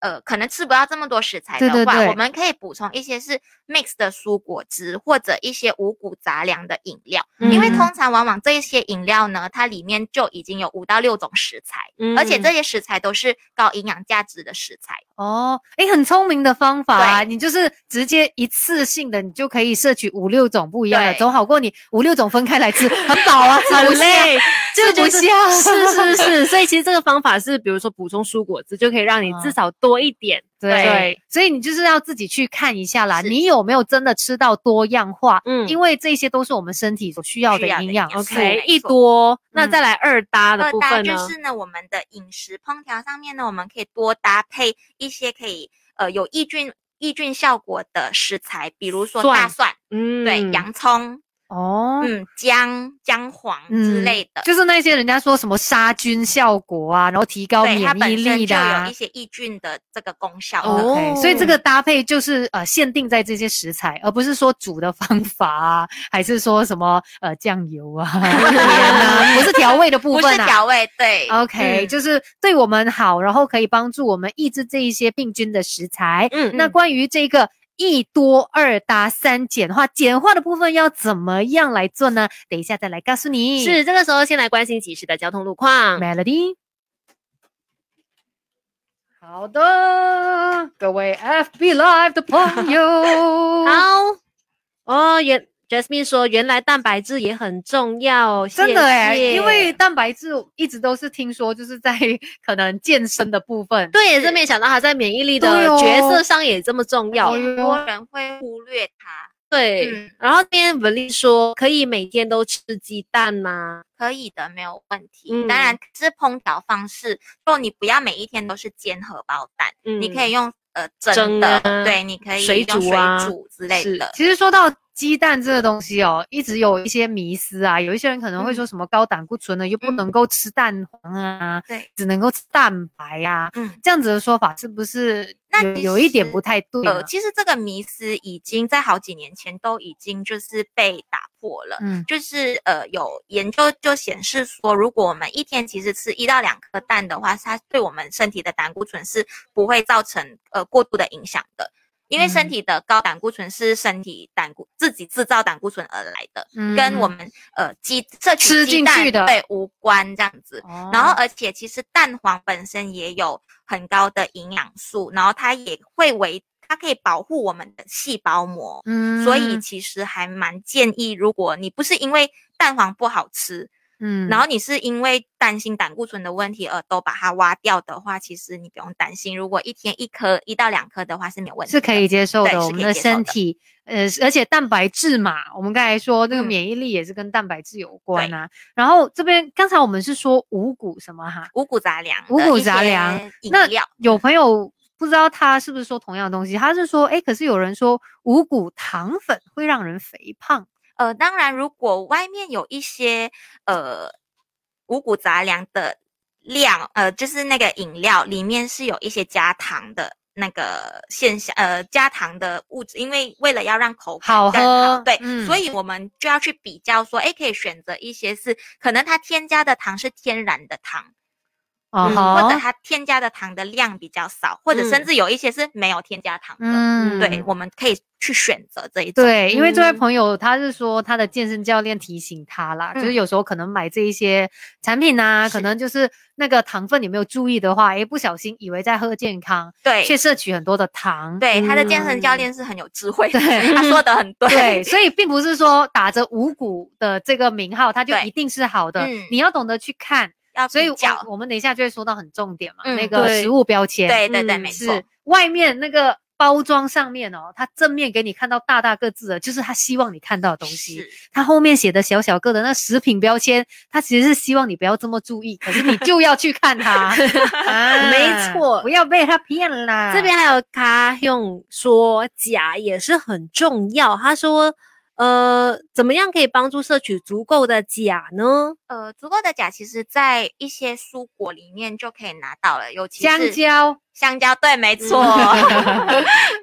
[SPEAKER 3] 呃可能吃不到这么多食材
[SPEAKER 2] 对
[SPEAKER 3] 的
[SPEAKER 2] 对
[SPEAKER 3] 话，
[SPEAKER 2] 对
[SPEAKER 3] 我们可以补充一些是 mix 的蔬果汁或者一些五谷杂粮的饮料，因为
[SPEAKER 2] 嗯
[SPEAKER 3] 通常往往这一些饮料呢，它里面就已经有五到六种食材。
[SPEAKER 1] 嗯
[SPEAKER 3] 而且这些食材都是高营养价值的食材，
[SPEAKER 2] 哦，诶，很聪明的方法啊！你就是直接一次性的，你就可以摄取五六种不一样的，
[SPEAKER 3] 对
[SPEAKER 2] 总好过你五六种分开来吃，很饱啊，吃不
[SPEAKER 1] 很
[SPEAKER 2] 下。
[SPEAKER 1] 累，
[SPEAKER 2] 吃不
[SPEAKER 1] 就是
[SPEAKER 2] 下
[SPEAKER 1] 是是是，所以其实这个方法是，比如说补充蔬果汁，就可以让你至少多一点。
[SPEAKER 2] [laughs] 对，所以你就是要自己去看一下啦，
[SPEAKER 3] 是
[SPEAKER 2] 你有没有真的吃到多样化？
[SPEAKER 1] 嗯
[SPEAKER 2] 因为这些都是我们身体所需要的
[SPEAKER 3] 需要的
[SPEAKER 2] 营
[SPEAKER 3] 营
[SPEAKER 2] 养
[SPEAKER 3] 养
[SPEAKER 2] 素。
[SPEAKER 3] 素没
[SPEAKER 1] OK，一
[SPEAKER 3] 错
[SPEAKER 1] 多，那
[SPEAKER 2] 嗯
[SPEAKER 1] 再来二搭的
[SPEAKER 3] 二
[SPEAKER 1] 部
[SPEAKER 3] 搭
[SPEAKER 1] 分
[SPEAKER 3] 呃就
[SPEAKER 1] 呢？
[SPEAKER 3] 是呢，我们的饮食烹调上面呢，我们可以多搭配一些可以呃有抑菌抑菌效果的食材，比如说大蒜，
[SPEAKER 1] 嗯
[SPEAKER 3] 对，洋葱，
[SPEAKER 2] 哦，
[SPEAKER 3] 嗯，姜姜黄之
[SPEAKER 2] 嗯
[SPEAKER 3] 类的，
[SPEAKER 2] 就是那些人家说什么杀菌效果啊，然后提高
[SPEAKER 3] 对它
[SPEAKER 2] 免疫
[SPEAKER 3] 本身
[SPEAKER 2] 力
[SPEAKER 3] 就
[SPEAKER 2] 的、
[SPEAKER 3] 有
[SPEAKER 2] 啊
[SPEAKER 3] 一。些抑菌的这个功效的。
[SPEAKER 1] 哦
[SPEAKER 2] OK，所以哎这个搭配就是呃限定在这些食材，而不是说煮的方法啊，还是说什么呃酱油啊、盐啊，不是调味的部
[SPEAKER 3] [laughs] 不
[SPEAKER 2] 分
[SPEAKER 3] 是
[SPEAKER 2] 啊。
[SPEAKER 3] 调味，对
[SPEAKER 2] OK，、
[SPEAKER 3] 嗯
[SPEAKER 2] 就是对我们好，然后可以帮助我们抑制这一些病菌的食材。
[SPEAKER 1] 嗯
[SPEAKER 2] 那关于这个一多二搭三简化，简化的部分要怎么样来做呢？等一下再来告诉你。
[SPEAKER 1] 是这个时候先来关心即时的交通路
[SPEAKER 2] 嗯
[SPEAKER 1] 况。
[SPEAKER 2] Melody。好的，各位 FB Live 的
[SPEAKER 3] [laughs]
[SPEAKER 2] 朋友，
[SPEAKER 1] 好，哦，原 Jasmine 说，原来蛋白质也很重要，
[SPEAKER 2] 真的哎、
[SPEAKER 1] 谢谢
[SPEAKER 2] 因为蛋白质一直都是听说就是在 [laughs] 可能健身的部分，
[SPEAKER 1] 对，也是没想到他在免疫力
[SPEAKER 2] 对
[SPEAKER 1] 的
[SPEAKER 2] 哦
[SPEAKER 1] 角色上也这么重要。
[SPEAKER 2] 哎
[SPEAKER 3] 很
[SPEAKER 2] 呦
[SPEAKER 3] 多人会忽略它，
[SPEAKER 1] 对，
[SPEAKER 3] 哦嗯
[SPEAKER 1] 然后今天文丽说，可以每天都吃鸡蛋呐、
[SPEAKER 3] 可以的，没有问题。
[SPEAKER 1] 嗯
[SPEAKER 3] 当然是烹调方式，就你不要每一天都是煎荷包蛋，
[SPEAKER 1] 嗯，
[SPEAKER 3] 你可以用呃
[SPEAKER 1] 蒸
[SPEAKER 3] 蒸
[SPEAKER 1] 啊
[SPEAKER 3] 的，对，你可以
[SPEAKER 1] 水
[SPEAKER 3] 用
[SPEAKER 1] 煮
[SPEAKER 3] 水
[SPEAKER 1] 啊
[SPEAKER 3] 煮之类
[SPEAKER 1] 是
[SPEAKER 3] 的。
[SPEAKER 2] 其实说到鸡蛋这个东西哦，一直有一些迷思啊，有一些人可能会说什么高胆固醇呢，又不
[SPEAKER 3] 嗯
[SPEAKER 2] 能够吃蛋黄啊，
[SPEAKER 3] 对，
[SPEAKER 2] 只能够吃蛋白啊，
[SPEAKER 3] 嗯，
[SPEAKER 2] 这样子的说法是不是
[SPEAKER 3] 那
[SPEAKER 2] 有
[SPEAKER 3] 其
[SPEAKER 2] 有一点
[SPEAKER 3] 实
[SPEAKER 2] 不太对啊
[SPEAKER 3] 呃，
[SPEAKER 2] 呢？
[SPEAKER 3] 其实这个迷思已经在好几年前都已经就是被打破了。
[SPEAKER 2] 嗯，
[SPEAKER 3] 就是呃，有研究就显示说，如果我们一天其实吃一到两颗蛋的话，它对我们身体的胆固醇是不会造成呃过度的影响的。因为身
[SPEAKER 2] 嗯
[SPEAKER 3] 体的高胆固醇是身体胆固自己制造胆固醇而来的，
[SPEAKER 2] 嗯
[SPEAKER 3] 跟我们呃鸡摄取
[SPEAKER 2] 吃
[SPEAKER 3] 鸡
[SPEAKER 2] 进
[SPEAKER 3] 蛋
[SPEAKER 2] 去的
[SPEAKER 3] 对无关这样子。
[SPEAKER 2] 哦
[SPEAKER 3] 然后，而且其实蛋黄本身也有很高的营养素，然后它也会为它可以保护我们的细胞膜，
[SPEAKER 2] 嗯
[SPEAKER 3] 所以其实还蛮建议，如果你不是因为蛋黄不好吃，
[SPEAKER 2] 嗯
[SPEAKER 3] 然后你是因为担心胆固醇的问题而都把它挖掉的话，其实你不用担心。如果一天一颗一到两颗的话是没有问题，
[SPEAKER 2] 是可以。接受
[SPEAKER 3] 对
[SPEAKER 2] 的，
[SPEAKER 3] 是
[SPEAKER 2] 我们
[SPEAKER 3] 可以
[SPEAKER 2] 的
[SPEAKER 3] 接受的
[SPEAKER 2] 身体，呃，而且蛋白质嘛，我们刚才说那个
[SPEAKER 3] 嗯
[SPEAKER 2] 免疫力也是跟蛋白质有关啊。然后这边刚才我们是说五谷什么哈，
[SPEAKER 3] 五谷杂粮，
[SPEAKER 2] 五谷杂粮、
[SPEAKER 3] 饮
[SPEAKER 2] 那
[SPEAKER 3] 料，
[SPEAKER 2] 有朋友不知道他是不是说同样的东西，他是说，哎，可是有人说五谷糖粉会让人肥胖，
[SPEAKER 3] 呃，当然，如果外面有一些呃五谷杂粮的量，呃，就是那个饮料里面是有一些加糖的那个现象，呃，加糖的物质，因为为了要让口感
[SPEAKER 2] 好
[SPEAKER 3] 更好
[SPEAKER 2] 喝
[SPEAKER 3] 对，
[SPEAKER 2] 嗯
[SPEAKER 3] 所以我们就要去比较说，哎，可以选择一些是可能它添加的糖是天然的糖，
[SPEAKER 2] 哦
[SPEAKER 3] 嗯
[SPEAKER 2] 吼
[SPEAKER 3] 或者它添加的糖的量比较少，或者甚
[SPEAKER 1] 嗯
[SPEAKER 3] 至有一些是没有添加糖的，
[SPEAKER 2] 嗯
[SPEAKER 3] 对，我们可以去选择这一种，
[SPEAKER 2] 对，因为这位
[SPEAKER 1] 嗯
[SPEAKER 2] 朋友他是说他的健身教练提醒他啦，就是
[SPEAKER 3] 嗯
[SPEAKER 2] 有时候可能买这一些产品啊，可
[SPEAKER 3] 是
[SPEAKER 2] 能就是那个糖分你没有注意的话，诶，不小心以为在喝健康，
[SPEAKER 3] 对，
[SPEAKER 2] 却摄取很多的糖。
[SPEAKER 3] 对，他的健身
[SPEAKER 2] 嗯
[SPEAKER 3] 教练是很有智慧的，
[SPEAKER 2] 对
[SPEAKER 3] 他说的很对。 [laughs]
[SPEAKER 2] 对，所以并不是说打着五谷的这个名号，它就
[SPEAKER 3] 对
[SPEAKER 2] 一定是好的。
[SPEAKER 3] 嗯
[SPEAKER 2] 你要懂得去看，
[SPEAKER 3] 要
[SPEAKER 2] 所以
[SPEAKER 3] 比
[SPEAKER 2] 我
[SPEAKER 3] 较，
[SPEAKER 2] 我们等一下就会说到很重点嘛，
[SPEAKER 3] 嗯
[SPEAKER 2] 那个
[SPEAKER 1] 对
[SPEAKER 2] 食物标签。
[SPEAKER 3] 对对对，
[SPEAKER 1] 嗯
[SPEAKER 3] 没错
[SPEAKER 2] 是，外面那个包装上面哦，它正面给你看到大大个字的，就是它希望你看到的东西。
[SPEAKER 3] 是
[SPEAKER 2] 它后面写的小小个的那食品标签，它其实是希望你不要这么注意，可是你就要去看
[SPEAKER 3] [laughs]
[SPEAKER 2] 它。啊
[SPEAKER 1] 没错
[SPEAKER 2] 不要被它骗啦。
[SPEAKER 1] 这边还有他用说钾也是很重要，他说。呃，怎么样可以帮助摄取足够的钾呢？
[SPEAKER 3] 呃，足够的钾其实在一些蔬果里面就可以拿到了，尤其
[SPEAKER 2] 香
[SPEAKER 3] 是 [laughs]
[SPEAKER 2] 蕉，
[SPEAKER 3] 香蕉，对，没错。
[SPEAKER 1] 嗯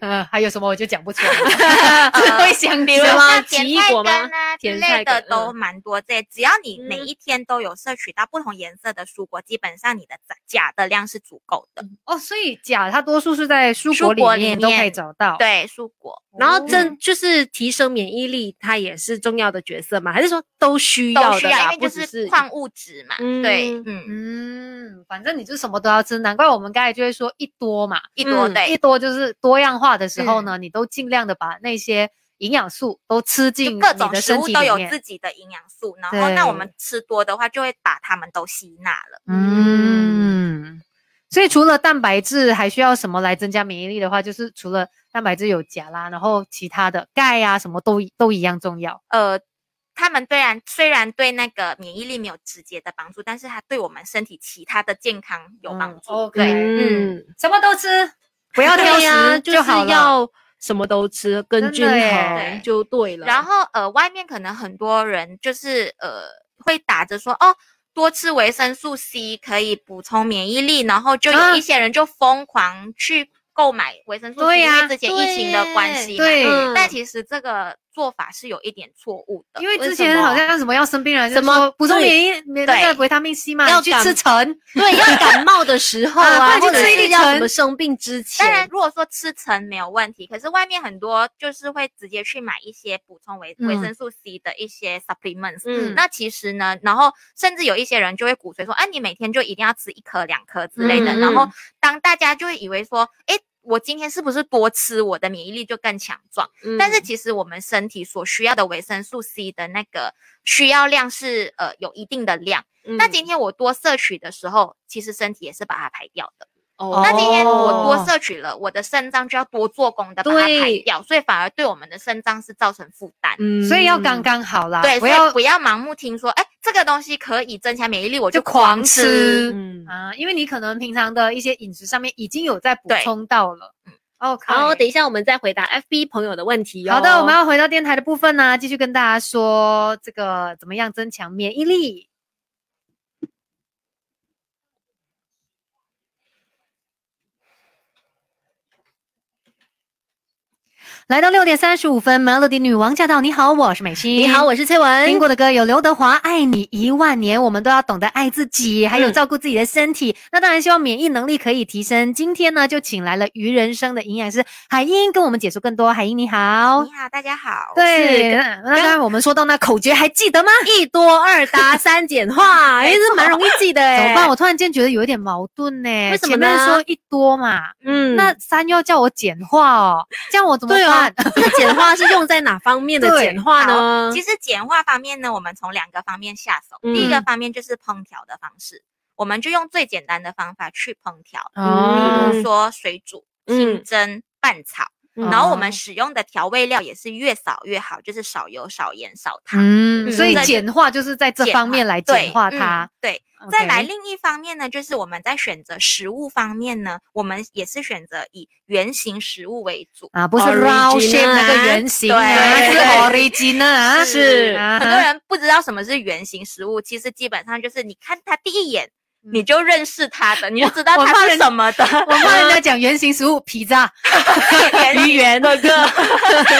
[SPEAKER 2] 呃，还有什么我就讲不出
[SPEAKER 3] [laughs]
[SPEAKER 2] 来了，只会想比
[SPEAKER 3] 比如
[SPEAKER 2] 如
[SPEAKER 1] 什么
[SPEAKER 3] 像
[SPEAKER 1] 奇
[SPEAKER 3] 甜
[SPEAKER 1] 异
[SPEAKER 3] 菜
[SPEAKER 1] 果吗
[SPEAKER 3] 根啊之
[SPEAKER 1] 甜
[SPEAKER 3] 类
[SPEAKER 1] 菜
[SPEAKER 3] 的
[SPEAKER 1] 根
[SPEAKER 3] 都
[SPEAKER 1] 嗯
[SPEAKER 3] 蛮多这，只要你每
[SPEAKER 1] 嗯
[SPEAKER 3] 一天都有摄取到不同颜色的蔬果，基本上你的钾钾的量是足够
[SPEAKER 1] 嗯
[SPEAKER 3] 的。
[SPEAKER 2] 哦，所以钾它多数是在蔬果
[SPEAKER 3] 蔬果
[SPEAKER 2] 里面
[SPEAKER 3] 里
[SPEAKER 2] 都可以
[SPEAKER 3] 面
[SPEAKER 2] 找到。，
[SPEAKER 3] 对，蔬果嗯
[SPEAKER 1] 然后
[SPEAKER 2] 真
[SPEAKER 1] 这就是提升免疫力，它也是重要的角色嘛？还是说都需要
[SPEAKER 3] 都
[SPEAKER 1] 的
[SPEAKER 3] 需要，因
[SPEAKER 1] 啦？
[SPEAKER 3] 为就
[SPEAKER 1] 不只
[SPEAKER 3] 是
[SPEAKER 1] 是
[SPEAKER 3] 矿物质嘛。对，
[SPEAKER 1] 嗯
[SPEAKER 3] 嗯，
[SPEAKER 2] 嗯，反正你就什么都要吃，难怪我们刚才就会说一多嘛，
[SPEAKER 3] 一多
[SPEAKER 1] 嗯
[SPEAKER 3] 对嗯
[SPEAKER 2] 一。多就是多样化的时候呢，你都尽量的把那些营养素都吃
[SPEAKER 3] 就
[SPEAKER 2] 进
[SPEAKER 3] 各
[SPEAKER 2] 你
[SPEAKER 3] 种
[SPEAKER 2] 的
[SPEAKER 3] 食
[SPEAKER 2] 身
[SPEAKER 3] 物
[SPEAKER 2] 体
[SPEAKER 3] 都
[SPEAKER 2] 里
[SPEAKER 3] 有
[SPEAKER 2] 面
[SPEAKER 3] 自己的营养素，然后那我们吃多的话，就会把它们都吸纳了。
[SPEAKER 2] 嗯，所以除了蛋白质，还需要什么来增加免疫力的话，就是除了蛋白质有钾啦，然后其他的钙呀、什么都一都一样重要。
[SPEAKER 3] 呃，它们虽然虽然对那个免疫力没有直接的帮助，但是它对我们身体其他的健康有帮
[SPEAKER 2] 嗯
[SPEAKER 3] 助。
[SPEAKER 2] ，OK
[SPEAKER 3] 对，
[SPEAKER 1] 嗯，
[SPEAKER 2] 什么都吃，不要挑
[SPEAKER 1] 对
[SPEAKER 2] 食、
[SPEAKER 1] 呀就
[SPEAKER 2] 好
[SPEAKER 1] 是
[SPEAKER 2] 了。
[SPEAKER 1] 要什么都吃，跟
[SPEAKER 2] 真的
[SPEAKER 1] 均衡
[SPEAKER 2] 耶
[SPEAKER 1] 就对了。
[SPEAKER 3] 然后呃，外面可能很多人就是呃会打着说哦。多吃维生素 C 可以补充免疫力，然后就有
[SPEAKER 2] 啊
[SPEAKER 3] 一些人就疯狂去购买维生素 C，、
[SPEAKER 2] 对呀
[SPEAKER 3] 因为之前疫情的关
[SPEAKER 1] 对
[SPEAKER 3] 系嘛，
[SPEAKER 2] 对，
[SPEAKER 1] 嗯
[SPEAKER 3] 但其实这个做法是有一点错误的，
[SPEAKER 2] 因为之
[SPEAKER 1] 为什
[SPEAKER 2] 前好
[SPEAKER 1] 么
[SPEAKER 2] 像什么要生病了，就
[SPEAKER 1] 什么
[SPEAKER 2] 说补充
[SPEAKER 1] 对
[SPEAKER 2] 免疫免那个
[SPEAKER 3] 对
[SPEAKER 2] 维他命 C 嘛，
[SPEAKER 1] 要
[SPEAKER 2] 你去
[SPEAKER 1] 感
[SPEAKER 2] 吃橙，
[SPEAKER 1] 对，要感冒的时候
[SPEAKER 2] 啊不
[SPEAKER 1] 啊，
[SPEAKER 2] 然就
[SPEAKER 1] 或者
[SPEAKER 2] 吃一
[SPEAKER 1] 是要什
[SPEAKER 2] 层
[SPEAKER 1] 么生病之前，
[SPEAKER 3] 当然，如果说吃橙没有问题，可是外面很多就是会直接去买一些补充维维
[SPEAKER 2] 嗯
[SPEAKER 3] 生素 C 的一些 supplements、
[SPEAKER 1] 嗯
[SPEAKER 3] 那其实呢，然后甚至有一些人就会鼓吹说，啊，你每天就一定要吃一颗、两颗之类的。
[SPEAKER 2] 嗯
[SPEAKER 3] 然后当大家就会以为说，诶，我今天是不是多吃，我的免疫力就更强壮？
[SPEAKER 1] 嗯
[SPEAKER 3] 但是其实我们身体所需要的维生素 C 的那个需要量是呃有一定的量。
[SPEAKER 1] 嗯
[SPEAKER 3] 那今天我多摄取的时候，其实身体也是把它排掉的。
[SPEAKER 1] 哦
[SPEAKER 3] 那今天我
[SPEAKER 2] 哦
[SPEAKER 3] 多摄取了，我的肾脏就要多做工的把它排
[SPEAKER 1] 对
[SPEAKER 3] 掉，所以反而对我们的肾脏是造成负担。
[SPEAKER 1] 嗯
[SPEAKER 2] 所以要刚刚好啦，啊
[SPEAKER 3] 对，
[SPEAKER 2] 不
[SPEAKER 3] 所以
[SPEAKER 2] 要
[SPEAKER 3] 不要盲目听说，哎，这个东西可以增强免疫力，我
[SPEAKER 2] 就狂
[SPEAKER 3] 狂
[SPEAKER 2] 吃
[SPEAKER 1] 嗯。
[SPEAKER 2] 啊，因为你可能平常的一些饮食上面已经有在补
[SPEAKER 3] 对
[SPEAKER 2] 充到了。OK，
[SPEAKER 1] 然后等一下我们再回答 FB 朋友的问题、哦。
[SPEAKER 2] 好的，我们要回到电台的部分呢、继续跟大家说这个怎么样增强免疫力。来到六点三十五分，Melody 女王驾到！你好，我是美心。
[SPEAKER 1] 你好，我是翠文。
[SPEAKER 2] 听过的歌有刘德华《爱你一万年》，我们都要懂得爱自己，还有
[SPEAKER 1] 嗯
[SPEAKER 2] 照顾自己的身体。那当然，希望免疫能力可以提升。今天呢，就请来了于人生的营养师海英，跟我们解说更多。海英你好
[SPEAKER 3] 你，好，大家好。
[SPEAKER 2] 哦对，
[SPEAKER 1] 是
[SPEAKER 2] 那那当然我们说到那口诀，还记得吗？
[SPEAKER 1] 一多二答三简 [laughs] 化，哎，这蛮容易记的
[SPEAKER 2] 怎
[SPEAKER 1] 哎。
[SPEAKER 2] 么办？我突然间觉得有一点矛盾呢。
[SPEAKER 1] 为什么
[SPEAKER 2] 前面
[SPEAKER 1] 呢
[SPEAKER 2] 说一多嘛，
[SPEAKER 1] 嗯，
[SPEAKER 2] 那三要叫我简化哦，这样我怎么
[SPEAKER 1] 对啊
[SPEAKER 2] 办？，
[SPEAKER 1] 这个简化是用在哪方面的
[SPEAKER 2] 对
[SPEAKER 1] 简化呢？
[SPEAKER 3] 其实简化方面呢，我们从两个方面下手。第一个方面就是烹调的方式，我们就用最简单的方法去烹调，
[SPEAKER 2] 哦
[SPEAKER 3] 比如说水煮、
[SPEAKER 1] 嗯
[SPEAKER 3] 清蒸、拌炒，
[SPEAKER 1] 嗯
[SPEAKER 3] 然后我
[SPEAKER 2] 哦
[SPEAKER 3] 们使用的调味料也是越少越好，就是少油、少盐、少糖。
[SPEAKER 2] 嗯，
[SPEAKER 1] 嗯
[SPEAKER 2] 所以
[SPEAKER 3] 在
[SPEAKER 2] 简化就是在这
[SPEAKER 3] 简
[SPEAKER 2] 方
[SPEAKER 3] 化
[SPEAKER 2] 面来
[SPEAKER 3] 对
[SPEAKER 2] 简化
[SPEAKER 3] 嗯
[SPEAKER 2] 它。
[SPEAKER 3] 对，再来
[SPEAKER 2] OK
[SPEAKER 3] 另一方面呢，就是我们在选择食物方面呢，我们也是选择以圆形食物为主。
[SPEAKER 2] 啊，不是 round shape
[SPEAKER 1] Original
[SPEAKER 2] 那个圆形啊，
[SPEAKER 3] 对
[SPEAKER 2] 是
[SPEAKER 1] 对
[SPEAKER 2] origin 啊，
[SPEAKER 1] 是
[SPEAKER 2] 啊
[SPEAKER 3] 很多人不知道什么是圆形食物，其实基本上就是你看它第一眼。你就认识它的，你就知道
[SPEAKER 2] 嗯我怕
[SPEAKER 3] 它是
[SPEAKER 2] 人
[SPEAKER 3] 什么的。
[SPEAKER 2] 我怕人家讲圆形食物皮炸，
[SPEAKER 1] 鱼圆那个，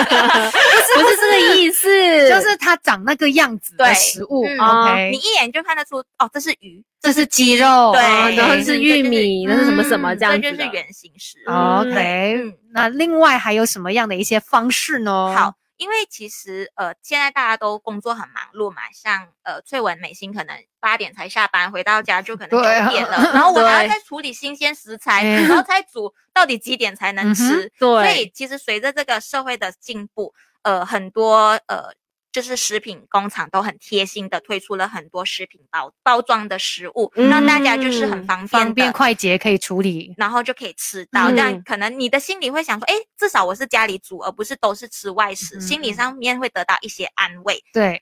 [SPEAKER 1] 不是这个意 [laughs] 思，
[SPEAKER 2] 就是它长那个样子的
[SPEAKER 3] 对
[SPEAKER 2] 食物。
[SPEAKER 3] 嗯
[SPEAKER 2] OK，
[SPEAKER 3] 你一眼就看得出，哦，这是鱼，
[SPEAKER 2] 这是鸡肉，
[SPEAKER 3] 对
[SPEAKER 1] 哦然后是玉米，
[SPEAKER 2] 这
[SPEAKER 1] 那
[SPEAKER 2] 就是
[SPEAKER 1] 是什么什么
[SPEAKER 2] 嗯
[SPEAKER 1] 这样
[SPEAKER 3] 这
[SPEAKER 1] 子
[SPEAKER 3] 就是
[SPEAKER 1] 的
[SPEAKER 3] 圆形食物。
[SPEAKER 1] 嗯
[SPEAKER 2] OK
[SPEAKER 3] 嗯。
[SPEAKER 2] 那另外还有什么样的一些方式呢？
[SPEAKER 3] 好，，因为其实呃，现在大家都工作很忙碌嘛，像呃翠文、美心可能八点才下班，回到家就可能
[SPEAKER 2] 对啊
[SPEAKER 3] 九点了，
[SPEAKER 2] [laughs]
[SPEAKER 3] 然后我还
[SPEAKER 1] 对
[SPEAKER 3] 要再处理新鲜食材，
[SPEAKER 2] 哎
[SPEAKER 3] 然后再煮，到底几点才能
[SPEAKER 2] 嗯哼
[SPEAKER 3] 吃？所以
[SPEAKER 1] 对，
[SPEAKER 3] 其实随着这个社会的进步，呃，很多呃。就是食品工厂都很贴心的推出了很多食品包包装的食物，让大家就是很
[SPEAKER 1] 嗯
[SPEAKER 3] 方便
[SPEAKER 2] 方
[SPEAKER 3] 的
[SPEAKER 2] 便快捷可以处理。
[SPEAKER 3] 然后就可以吃到，这样
[SPEAKER 1] 嗯
[SPEAKER 3] 可能你的心里会想说，哎，至少我是家里煮，而不是都是吃外食，心
[SPEAKER 2] 嗯
[SPEAKER 3] 理上面会得到一些安慰。
[SPEAKER 2] 对，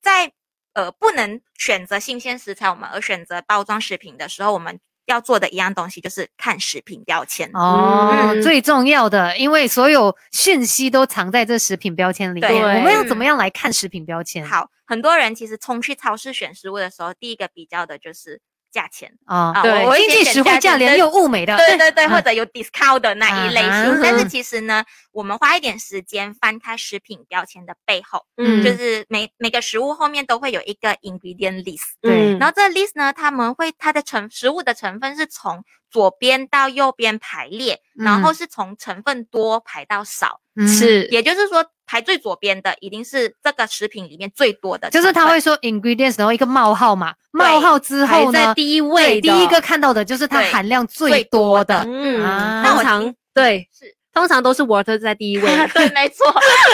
[SPEAKER 3] 在呃不能选择新鲜食材，我们而选择包装食品的时候，我们要做的一样东西就是看食品标签。
[SPEAKER 2] 哦，
[SPEAKER 1] 嗯
[SPEAKER 2] 最重要的，因为所有讯息都藏在这食品标签里面。
[SPEAKER 3] 对
[SPEAKER 2] 我们要
[SPEAKER 3] 嗯
[SPEAKER 2] 怎么样来看食品标签？
[SPEAKER 3] 好，很多人其实冲去超市选食物的时候，第一个比较的就是价钱，
[SPEAKER 2] 啊
[SPEAKER 3] 啊
[SPEAKER 1] 对
[SPEAKER 3] 我会
[SPEAKER 2] 经济
[SPEAKER 3] 先
[SPEAKER 2] 实
[SPEAKER 3] 选
[SPEAKER 2] 惠
[SPEAKER 3] 价
[SPEAKER 2] 价
[SPEAKER 3] 钱
[SPEAKER 2] 廉
[SPEAKER 3] 对
[SPEAKER 2] 又物美的，
[SPEAKER 3] 对对对，
[SPEAKER 2] 嗯
[SPEAKER 3] 或者有 discount 的那一类
[SPEAKER 2] 啊
[SPEAKER 3] 型。但是
[SPEAKER 2] 嗯
[SPEAKER 3] 其实呢，我们花一点时间翻开食品标签的背后，
[SPEAKER 1] 嗯
[SPEAKER 3] 就是每每个食物后面都会有一个 ingredient list，
[SPEAKER 2] 对
[SPEAKER 3] 然后这个 list 呢，他们会它的成食物的成分是从左边到右边排列，然后是从成分多排到少，
[SPEAKER 2] 嗯
[SPEAKER 1] 是
[SPEAKER 3] 也就是说排最左边的一定是这个食品里面最多的成
[SPEAKER 2] 就
[SPEAKER 3] 分，
[SPEAKER 2] 是他会说 ingredients，然后一个冒号嘛，冒号之
[SPEAKER 1] 排
[SPEAKER 2] 后
[SPEAKER 1] 在
[SPEAKER 2] 呢，
[SPEAKER 1] 第一
[SPEAKER 2] 对
[SPEAKER 1] 位
[SPEAKER 2] 第
[SPEAKER 1] 的
[SPEAKER 2] 一个，看到的就是它
[SPEAKER 3] 对
[SPEAKER 2] 含量最
[SPEAKER 3] 最
[SPEAKER 2] 多
[SPEAKER 3] 多
[SPEAKER 2] 的，
[SPEAKER 1] 嗯
[SPEAKER 2] 啊，
[SPEAKER 1] 通
[SPEAKER 3] 那我
[SPEAKER 1] 常
[SPEAKER 3] 听
[SPEAKER 1] 对，
[SPEAKER 3] 是。
[SPEAKER 1] 通常都是 water 在第一 [laughs] 位，
[SPEAKER 3] [laughs] 对，没错，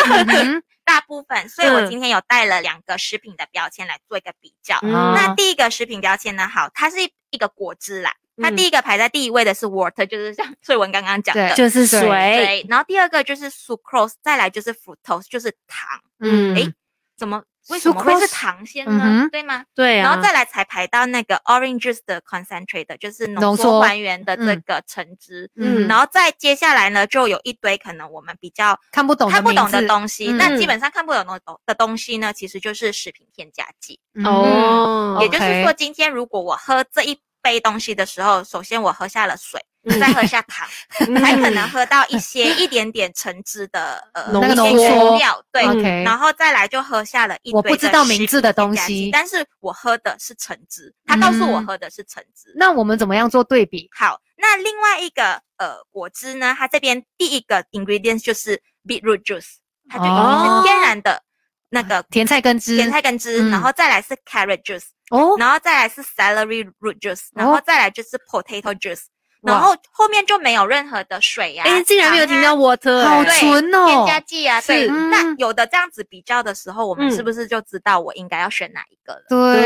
[SPEAKER 2] 嗯哼
[SPEAKER 3] 大部分。所以我
[SPEAKER 1] 嗯
[SPEAKER 3] 今天有带了两个食品的标签来做一个比较。
[SPEAKER 1] 嗯
[SPEAKER 3] 那第一个食品标签呢，好，它是一一个果汁啦，它
[SPEAKER 1] 嗯
[SPEAKER 3] 第一个排在第一位的是 water，就是像翠文刚刚讲
[SPEAKER 2] 对
[SPEAKER 3] [laughs] 的，
[SPEAKER 1] 就是
[SPEAKER 2] 对
[SPEAKER 1] 水，
[SPEAKER 3] 对，然后第二个就是 sucrose，再来就是 fructose，就是糖。
[SPEAKER 2] 嗯，
[SPEAKER 3] 诶怎么为什么会是
[SPEAKER 2] Sucrose？
[SPEAKER 3] 糖先
[SPEAKER 2] 嗯
[SPEAKER 3] 呢？
[SPEAKER 2] 哼
[SPEAKER 3] 对吗？
[SPEAKER 1] 对啊，
[SPEAKER 3] 然后再来才排到那个 orange juice 的 concentrate，就是
[SPEAKER 2] 浓
[SPEAKER 3] 浓
[SPEAKER 2] 缩
[SPEAKER 3] 缩还原的这
[SPEAKER 2] 嗯
[SPEAKER 3] 个橙汁。
[SPEAKER 2] 嗯
[SPEAKER 3] 然后再接下来呢，就有一堆可能我们比较
[SPEAKER 2] 看不懂的
[SPEAKER 3] 看不懂的
[SPEAKER 2] 名字
[SPEAKER 3] 东西。
[SPEAKER 2] 嗯
[SPEAKER 3] 那基本上看不懂的东的东西呢，其实就是食品添加剂。
[SPEAKER 2] 嗯
[SPEAKER 1] 哦，
[SPEAKER 3] 也就是说，
[SPEAKER 2] OK
[SPEAKER 3] 今天如果我喝这一杯东西的时候，首先我喝下了水，
[SPEAKER 1] 嗯
[SPEAKER 3] 再喝下糖，
[SPEAKER 1] 嗯
[SPEAKER 3] 还可能喝到一些一点点橙汁的呃
[SPEAKER 1] 浓
[SPEAKER 3] 一些
[SPEAKER 2] 缩
[SPEAKER 3] 原料，对，
[SPEAKER 2] 嗯 OK
[SPEAKER 3] 然后再来就喝下了一堆
[SPEAKER 2] 我不知道名字的
[SPEAKER 3] 食品
[SPEAKER 2] 东
[SPEAKER 3] 添加剂
[SPEAKER 2] 西
[SPEAKER 3] 但是我喝的是橙汁，他告诉我
[SPEAKER 2] 嗯
[SPEAKER 3] 喝的是橙汁。
[SPEAKER 2] 那我们怎么样做对比？
[SPEAKER 3] 好，那另外一个呃果汁呢，它这边第一个 ingredient 就是 beetroot juice，它就已经
[SPEAKER 2] 哦
[SPEAKER 3] 是天然的那个
[SPEAKER 2] 甜菜根汁，
[SPEAKER 3] 甜菜根汁，
[SPEAKER 2] 嗯
[SPEAKER 3] 然后再来是 carrot juice，
[SPEAKER 2] 哦，
[SPEAKER 3] 然后再来是 celery root juice，然
[SPEAKER 1] 哦
[SPEAKER 3] 后再来就是 potato juice，
[SPEAKER 2] 哇
[SPEAKER 3] 然后后面就没有任何的水呀、啊。
[SPEAKER 1] 哎，竟然没有
[SPEAKER 3] 糖
[SPEAKER 1] 听
[SPEAKER 3] 啊
[SPEAKER 1] 到 water，
[SPEAKER 2] 好
[SPEAKER 1] 哎
[SPEAKER 3] 对
[SPEAKER 2] 纯哦
[SPEAKER 3] 添，加剂啊，
[SPEAKER 1] 是
[SPEAKER 3] 对。
[SPEAKER 2] 嗯
[SPEAKER 3] 那有的这样子比较的时候，我们
[SPEAKER 1] 嗯
[SPEAKER 3] 是不是就知道我应该要选哪一个了？
[SPEAKER 2] 对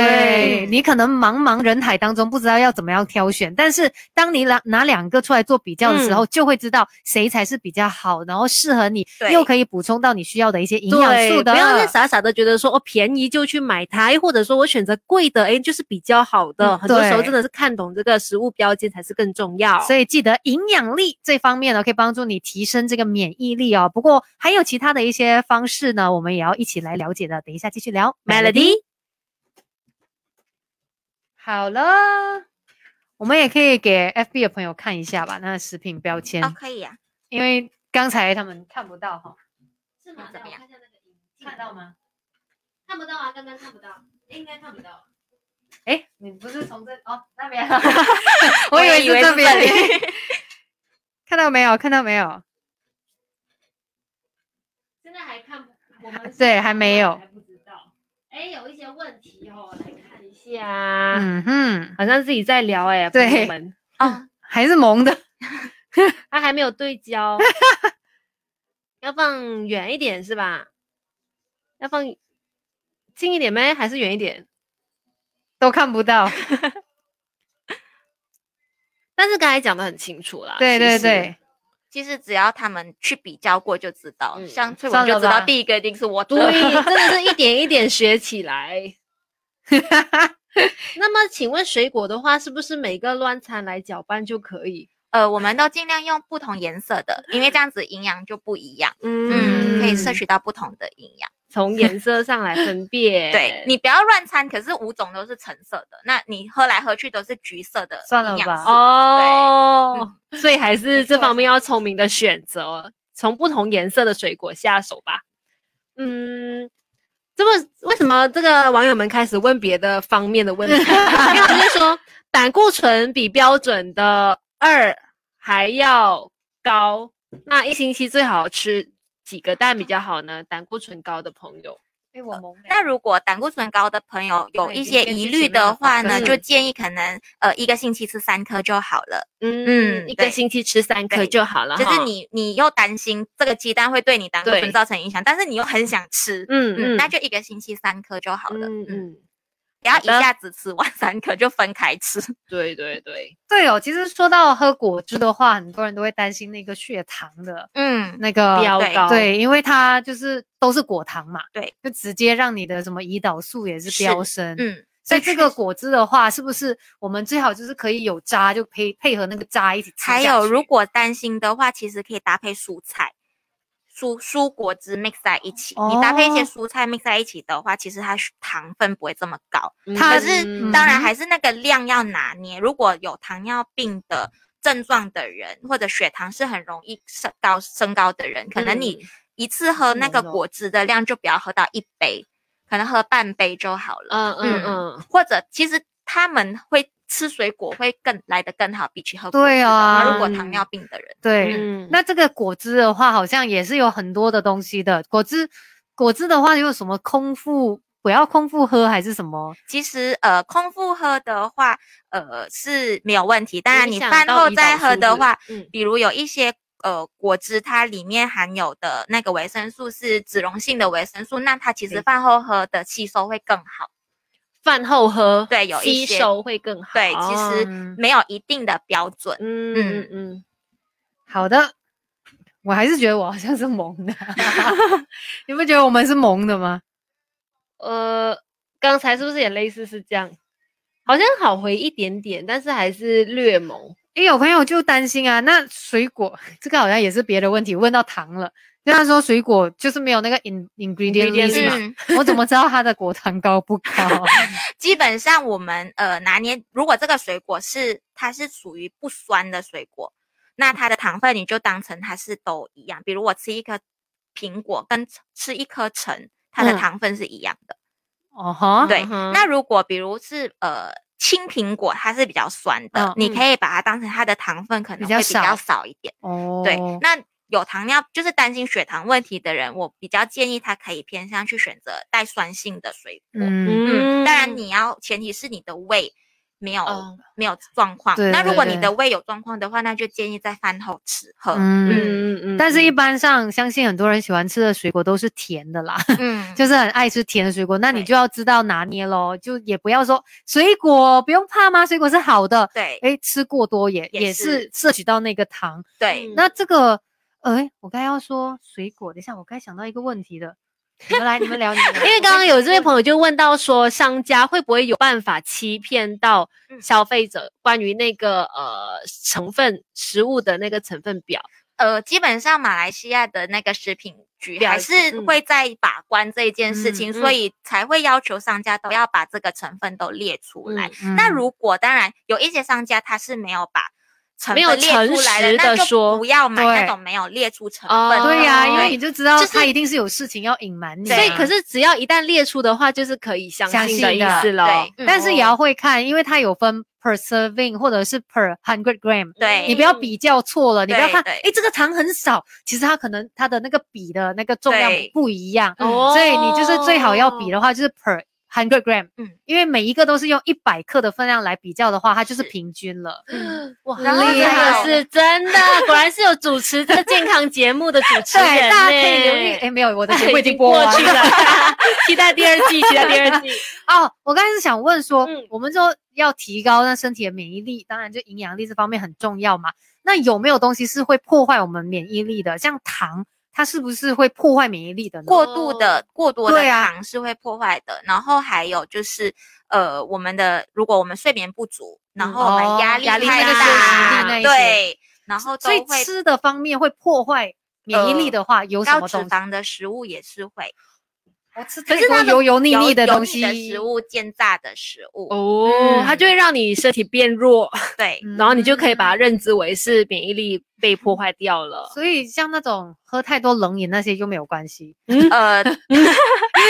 [SPEAKER 1] 对
[SPEAKER 2] 你可能茫茫人海当中不知道要怎么样挑选，但是当你拿拿两个出来做比较的时
[SPEAKER 3] 嗯
[SPEAKER 2] 候，就会知道谁才是比较好，然后适合你，
[SPEAKER 3] 对
[SPEAKER 2] 又可以补充到你需要的一些营养
[SPEAKER 1] 对，
[SPEAKER 2] 素的。
[SPEAKER 1] 不要再傻傻的觉得说哦便宜就去买它，哎或者说我选择贵的，哎就是比较好的。
[SPEAKER 2] 嗯
[SPEAKER 1] 很多时候
[SPEAKER 2] 对
[SPEAKER 1] 真的是看懂这个食物标签才是更重要。
[SPEAKER 2] 所以记得营养力这方面呢，可以帮助你提升这个免疫力哦。不过还有其他的一些方式呢，我们也要一起来了解的。等一下继续聊
[SPEAKER 1] Melody。
[SPEAKER 2] 好了，我们也可以给 FB 的朋友看一下吧，那个食品标签，
[SPEAKER 3] 哦，可以啊，
[SPEAKER 2] 因为刚才他们看不到哈，
[SPEAKER 1] 是
[SPEAKER 3] 吗怎么样，
[SPEAKER 1] 看一下那个影，
[SPEAKER 2] 看到？吗？
[SPEAKER 1] 看不到啊，刚刚看不到，应该看不到。
[SPEAKER 2] 哎，你不是从这哦那 [laughs] 边啊我以
[SPEAKER 3] 也
[SPEAKER 2] 为是
[SPEAKER 3] 是
[SPEAKER 2] 这边。
[SPEAKER 3] 里
[SPEAKER 2] [laughs] 看到没有？看到没有？
[SPEAKER 1] 现在还看不，我们是
[SPEAKER 2] [laughs] 对还没有
[SPEAKER 1] 还不知道。哎，有一些问题哦，来看一下，
[SPEAKER 2] 嗯哼，
[SPEAKER 1] 好像自己在聊哎、
[SPEAKER 2] 对
[SPEAKER 1] 朋友们，
[SPEAKER 3] 啊，
[SPEAKER 2] 还是萌的。
[SPEAKER 1] 他还没有对焦，要放远一点是吧？要放近一点呗，还是远一点？
[SPEAKER 2] 都看不到，
[SPEAKER 1] 但是刚才讲的很清楚啦，
[SPEAKER 2] 对
[SPEAKER 1] 其
[SPEAKER 2] 对
[SPEAKER 1] 实
[SPEAKER 2] 对，
[SPEAKER 3] 其实只要他们去比较过就知道，
[SPEAKER 1] 嗯
[SPEAKER 3] 像翠
[SPEAKER 2] 算
[SPEAKER 3] 文就
[SPEAKER 2] 了
[SPEAKER 3] 知道
[SPEAKER 2] 吧
[SPEAKER 3] 第一个一定是我
[SPEAKER 2] [laughs]
[SPEAKER 3] 的。
[SPEAKER 1] 对，真的是一点一点学起来。那么，请问水果的话，是不是每个乱餐来搅拌就可以？
[SPEAKER 3] 呃，我们都尽量用不同颜色的，因为这样子营养就不一样，嗯，
[SPEAKER 2] 嗯
[SPEAKER 3] 可以摄取到不同的营养。
[SPEAKER 1] 从颜色上来分辨。
[SPEAKER 3] 对你不要乱掺，可是五种都是橙色的，那你喝来喝去都是橘色的，
[SPEAKER 2] 算了吧
[SPEAKER 1] 哦，所以还是
[SPEAKER 2] 没
[SPEAKER 1] 这
[SPEAKER 2] 错
[SPEAKER 1] 方面要聪明的选择，哦从不同颜色的水果下手吧。嗯，这么为什么这个网友们开始问别的方面的问题？因为就是说胆固醇比标准的二还要高，那一星期最好吃几个蛋比较好呢？胆固醇高的朋友，
[SPEAKER 2] 哎，我萌
[SPEAKER 3] 那如果胆固醇高的朋友有
[SPEAKER 2] 对
[SPEAKER 3] 一
[SPEAKER 2] 你
[SPEAKER 3] 些
[SPEAKER 2] 先
[SPEAKER 3] 疑
[SPEAKER 2] 去
[SPEAKER 3] 虑
[SPEAKER 2] 什么样
[SPEAKER 3] 的
[SPEAKER 2] 的
[SPEAKER 3] 话
[SPEAKER 2] 方
[SPEAKER 3] 呢，
[SPEAKER 1] 式
[SPEAKER 3] 就建议可能呃一个星期吃三颗就好了。
[SPEAKER 1] 嗯，
[SPEAKER 3] 嗯
[SPEAKER 1] 一个
[SPEAKER 3] 对
[SPEAKER 1] 星期吃三颗
[SPEAKER 3] 对
[SPEAKER 1] 就好啊了哈，
[SPEAKER 3] 就是你你又担心这个鸡蛋会对你胆固
[SPEAKER 1] 对
[SPEAKER 3] 醇造成影响，但是你又很想吃，
[SPEAKER 1] 嗯嗯，
[SPEAKER 3] 那就一个星期三颗就好了。
[SPEAKER 1] 嗯
[SPEAKER 3] 嗯，
[SPEAKER 1] 嗯，
[SPEAKER 3] 不要
[SPEAKER 1] 好
[SPEAKER 3] 一
[SPEAKER 1] 的
[SPEAKER 3] 下子吃完三颗就分开吃。
[SPEAKER 1] 对对对。
[SPEAKER 2] [laughs] 对哦，其实说到喝果汁的话，很多人都会担心那个血糖的
[SPEAKER 3] 嗯，
[SPEAKER 2] 那个
[SPEAKER 1] 飙
[SPEAKER 3] 对
[SPEAKER 1] 高，
[SPEAKER 2] 呃对，因为它就是都是果糖嘛，
[SPEAKER 3] 对，
[SPEAKER 2] 就直接让你的什么胰岛素也是
[SPEAKER 3] 是
[SPEAKER 2] 飙升，，
[SPEAKER 3] 嗯，
[SPEAKER 2] 所以这个果汁的话，是不是我们最好就是可以有渣，就配配合那个渣一起吃
[SPEAKER 3] 还
[SPEAKER 2] 下
[SPEAKER 3] 有
[SPEAKER 2] 去
[SPEAKER 3] 如果担心的话，其实可以搭配蔬菜。蔬蔬果汁 mix 在一起，你搭配一些
[SPEAKER 2] 哦
[SPEAKER 3] 蔬菜 mix 在一起的话，其实它糖分不会这么高。
[SPEAKER 2] 它
[SPEAKER 3] 可
[SPEAKER 2] 啊
[SPEAKER 3] 是
[SPEAKER 2] 嗯
[SPEAKER 3] 当然还是那个量要拿捏。如果有糖尿病的症状的人，或者血糖是很容易升高升高的人，可能
[SPEAKER 2] 嗯
[SPEAKER 3] 你一次喝那个
[SPEAKER 2] 浓了
[SPEAKER 3] 果汁的量就不要喝到一杯，可能喝半杯就好了。
[SPEAKER 1] 嗯嗯嗯，
[SPEAKER 3] 或者其实他们会吃水果会更来得更好，比起喝果
[SPEAKER 2] 对
[SPEAKER 3] 汁的话
[SPEAKER 2] 啊
[SPEAKER 3] 如果糖尿病的人，
[SPEAKER 2] 对，
[SPEAKER 1] 嗯
[SPEAKER 2] 那这个果汁的话，好像也是有很多的东西的。果汁，果汁的话有什么空腹不要空腹喝还是什么？
[SPEAKER 3] 其实呃空腹喝的话，呃是没有问题。当然
[SPEAKER 1] 影
[SPEAKER 3] 你
[SPEAKER 1] 响
[SPEAKER 3] 饭
[SPEAKER 1] 到
[SPEAKER 3] 后
[SPEAKER 1] 胰
[SPEAKER 3] 再
[SPEAKER 1] 岛
[SPEAKER 3] 喝
[SPEAKER 1] 素
[SPEAKER 3] 的
[SPEAKER 1] 是
[SPEAKER 3] 话，
[SPEAKER 1] 嗯
[SPEAKER 3] 比如有一些呃果汁，它里面含有的那个维生素是脂溶性的维生素，那它其实
[SPEAKER 1] 对
[SPEAKER 3] 饭后喝的吸收会更好。
[SPEAKER 1] 饭后喝，
[SPEAKER 3] 对有
[SPEAKER 1] 吸
[SPEAKER 3] 一些
[SPEAKER 1] 收会更好。
[SPEAKER 3] 对，其实
[SPEAKER 2] 嗯
[SPEAKER 3] 没有一定的标准。
[SPEAKER 1] 嗯嗯
[SPEAKER 3] 嗯
[SPEAKER 1] 嗯，
[SPEAKER 2] 好的，我还是觉得我好像是 [laughs] 萌的，啊 [laughs] 你不觉得我们是萌的吗？
[SPEAKER 1] 呃，刚才是不是也类似是这样？好像好回一点点，但是还是略萌。
[SPEAKER 2] 因为有朋友就担心啊，那水果 [laughs] 这个好像也是别的问题，问到糖了。就他说水果就是没有那个 in ingredient
[SPEAKER 1] Ingredient
[SPEAKER 2] list 嘛，
[SPEAKER 3] 嗯，
[SPEAKER 2] 我怎么知道它的果糖高不高？
[SPEAKER 3] 基本上我们呃拿捏，如果这个水果是它是属于不酸的水果，那它的糖分你就当成它是都一样。比如我吃一颗苹果跟吃吃一颗橙，它的
[SPEAKER 1] 嗯
[SPEAKER 3] 糖分是一样的。
[SPEAKER 2] 哦哈，
[SPEAKER 3] 对，
[SPEAKER 1] 嗯哼
[SPEAKER 3] 那如果比如是呃青苹果，它是比较酸的，
[SPEAKER 2] 嗯
[SPEAKER 3] 你
[SPEAKER 1] 嗯
[SPEAKER 3] 可以把它当成它的糖分可能
[SPEAKER 2] 较
[SPEAKER 3] 会比较
[SPEAKER 2] 少
[SPEAKER 3] 少一点。
[SPEAKER 2] 哦，
[SPEAKER 3] 对，那有糖尿就是担心血糖问题的人，我比较建议他可以偏向去选择带酸性的水果。
[SPEAKER 2] 嗯，哦
[SPEAKER 3] 嗯，当然你要前提是你的胃没有、
[SPEAKER 1] 嗯
[SPEAKER 3] 没有状况。
[SPEAKER 2] 对
[SPEAKER 3] 那
[SPEAKER 2] 对
[SPEAKER 3] 如果你
[SPEAKER 2] 对
[SPEAKER 3] 的胃有状况的话，那就建议在饭后吃喝。
[SPEAKER 2] 嗯。
[SPEAKER 1] 嗯嗯，
[SPEAKER 2] 但是，一
[SPEAKER 1] 嗯
[SPEAKER 2] 般上，相信很多人喜欢吃的水果都是甜的啦， [laughs]
[SPEAKER 3] 嗯，
[SPEAKER 2] 就是很爱吃甜的水果。那你
[SPEAKER 3] 对
[SPEAKER 2] 就要知道拿捏咯，就也不要说水果不用怕吗？水果是好的，
[SPEAKER 3] 对
[SPEAKER 2] 诶，吃过多也
[SPEAKER 3] 也
[SPEAKER 2] 也是摄取到那个糖。
[SPEAKER 1] 嗯
[SPEAKER 3] 对，
[SPEAKER 2] 那这个，诶，我刚要说水果，等一下我刚想到一个问题的，你们来，你们聊，你们聊
[SPEAKER 1] [laughs] 因为刚刚有这位朋
[SPEAKER 2] 友，
[SPEAKER 1] 友就问到说，商家会不会有办法欺骗到
[SPEAKER 3] 嗯
[SPEAKER 1] 消费者关于那个呃成分食物的那个成分表？
[SPEAKER 3] 呃，基本上马来西亚的那个食品局
[SPEAKER 1] 了
[SPEAKER 3] 还
[SPEAKER 1] 解
[SPEAKER 3] 是
[SPEAKER 1] 嗯
[SPEAKER 3] 会在把关这一件事
[SPEAKER 2] 嗯
[SPEAKER 3] 情，
[SPEAKER 1] 嗯
[SPEAKER 3] 所以才会要求商家都要把这个成分都列出来。
[SPEAKER 1] 嗯
[SPEAKER 2] 嗯
[SPEAKER 3] 那如果当然有一些商家他是没有把成
[SPEAKER 1] 没有
[SPEAKER 3] 分列
[SPEAKER 1] 诚
[SPEAKER 3] 出来的，
[SPEAKER 1] 实
[SPEAKER 3] 那
[SPEAKER 1] 地
[SPEAKER 3] 就
[SPEAKER 1] 说
[SPEAKER 3] 不要买
[SPEAKER 2] 对
[SPEAKER 3] 那种没有列出成
[SPEAKER 1] 哦
[SPEAKER 3] 分的。
[SPEAKER 2] 对呀、因为
[SPEAKER 1] 对
[SPEAKER 2] 你就知道
[SPEAKER 1] 就是
[SPEAKER 2] 他一定是有事情要隐瞒你嘛，
[SPEAKER 1] 所以
[SPEAKER 3] 对啊
[SPEAKER 1] 可是只要一旦列出的话，就是可以相
[SPEAKER 2] 相
[SPEAKER 1] 信的
[SPEAKER 2] 信
[SPEAKER 1] 意
[SPEAKER 2] 的
[SPEAKER 1] 思了。
[SPEAKER 3] 对
[SPEAKER 2] 但是也
[SPEAKER 1] 哦
[SPEAKER 2] 要会看，因为它有分 per serving 或者是 per hundred gram，
[SPEAKER 3] 对
[SPEAKER 2] 你不要比较错了，你不要
[SPEAKER 3] 对
[SPEAKER 2] 看，
[SPEAKER 3] 对
[SPEAKER 2] 诶，这个糖很少，其实它可能它的那个比的那个重量
[SPEAKER 3] 对
[SPEAKER 2] 不一样，
[SPEAKER 3] 嗯
[SPEAKER 1] 哦，
[SPEAKER 2] 所以你就是最好要比的话就是 per hundred gram，
[SPEAKER 3] 嗯
[SPEAKER 2] 因为每一个都是用一百克的分量来比较的话，它就是
[SPEAKER 3] 是
[SPEAKER 2] 平均了。
[SPEAKER 1] 嗯哇，
[SPEAKER 2] 嗯然后
[SPEAKER 1] 这
[SPEAKER 2] 还
[SPEAKER 1] 个
[SPEAKER 2] 有
[SPEAKER 1] 是真的，果然是有主持这个健康节目的主持
[SPEAKER 2] 对，
[SPEAKER 1] 人呢。
[SPEAKER 2] 大家可以留
[SPEAKER 1] [laughs]
[SPEAKER 2] 意。哎诶，没有，我的节目已经播完
[SPEAKER 1] 去了， [laughs] 期待第二季，期待第二季。
[SPEAKER 2] [laughs] 哦，我刚才是想问说，
[SPEAKER 1] 嗯
[SPEAKER 2] 我们说要提高那身体的免疫力，当然就营养力这方面很重要嘛。那有没有东西是会破坏我们免疫力的？像糖，它是不是会破坏免疫力的呢？
[SPEAKER 3] 过度的、过多的
[SPEAKER 2] 对啊
[SPEAKER 3] 糖是会破坏的。然后还有就是，呃，我们的如果我们睡眠不足，然
[SPEAKER 1] 嗯
[SPEAKER 3] 后我
[SPEAKER 2] 哦
[SPEAKER 3] 们压力
[SPEAKER 1] 压力
[SPEAKER 3] 太
[SPEAKER 1] 大
[SPEAKER 3] 大，
[SPEAKER 1] 那一
[SPEAKER 2] 些
[SPEAKER 3] 对，然后都
[SPEAKER 2] 所以
[SPEAKER 3] 会
[SPEAKER 2] 吃的方面会破坏免疫力的话，有什
[SPEAKER 3] 高
[SPEAKER 2] 么
[SPEAKER 3] 脂
[SPEAKER 2] 东西？
[SPEAKER 3] 肪的食物也是会，
[SPEAKER 2] 我吃
[SPEAKER 1] 可
[SPEAKER 2] 太
[SPEAKER 1] 是
[SPEAKER 2] 多
[SPEAKER 1] 它的
[SPEAKER 2] 油油腻
[SPEAKER 3] 油
[SPEAKER 2] 腻的
[SPEAKER 3] 油
[SPEAKER 2] 东
[SPEAKER 3] 腻
[SPEAKER 2] 西，
[SPEAKER 3] 食物、煎炸的食物，
[SPEAKER 1] 哦，它就会让你身体变弱，
[SPEAKER 3] 对，
[SPEAKER 2] 嗯
[SPEAKER 1] 然后你就可以把它认知为是免疫力被破坏掉了。
[SPEAKER 2] 所以像那种喝太多冷饮那些就没有关系，
[SPEAKER 3] 呃，
[SPEAKER 2] 因为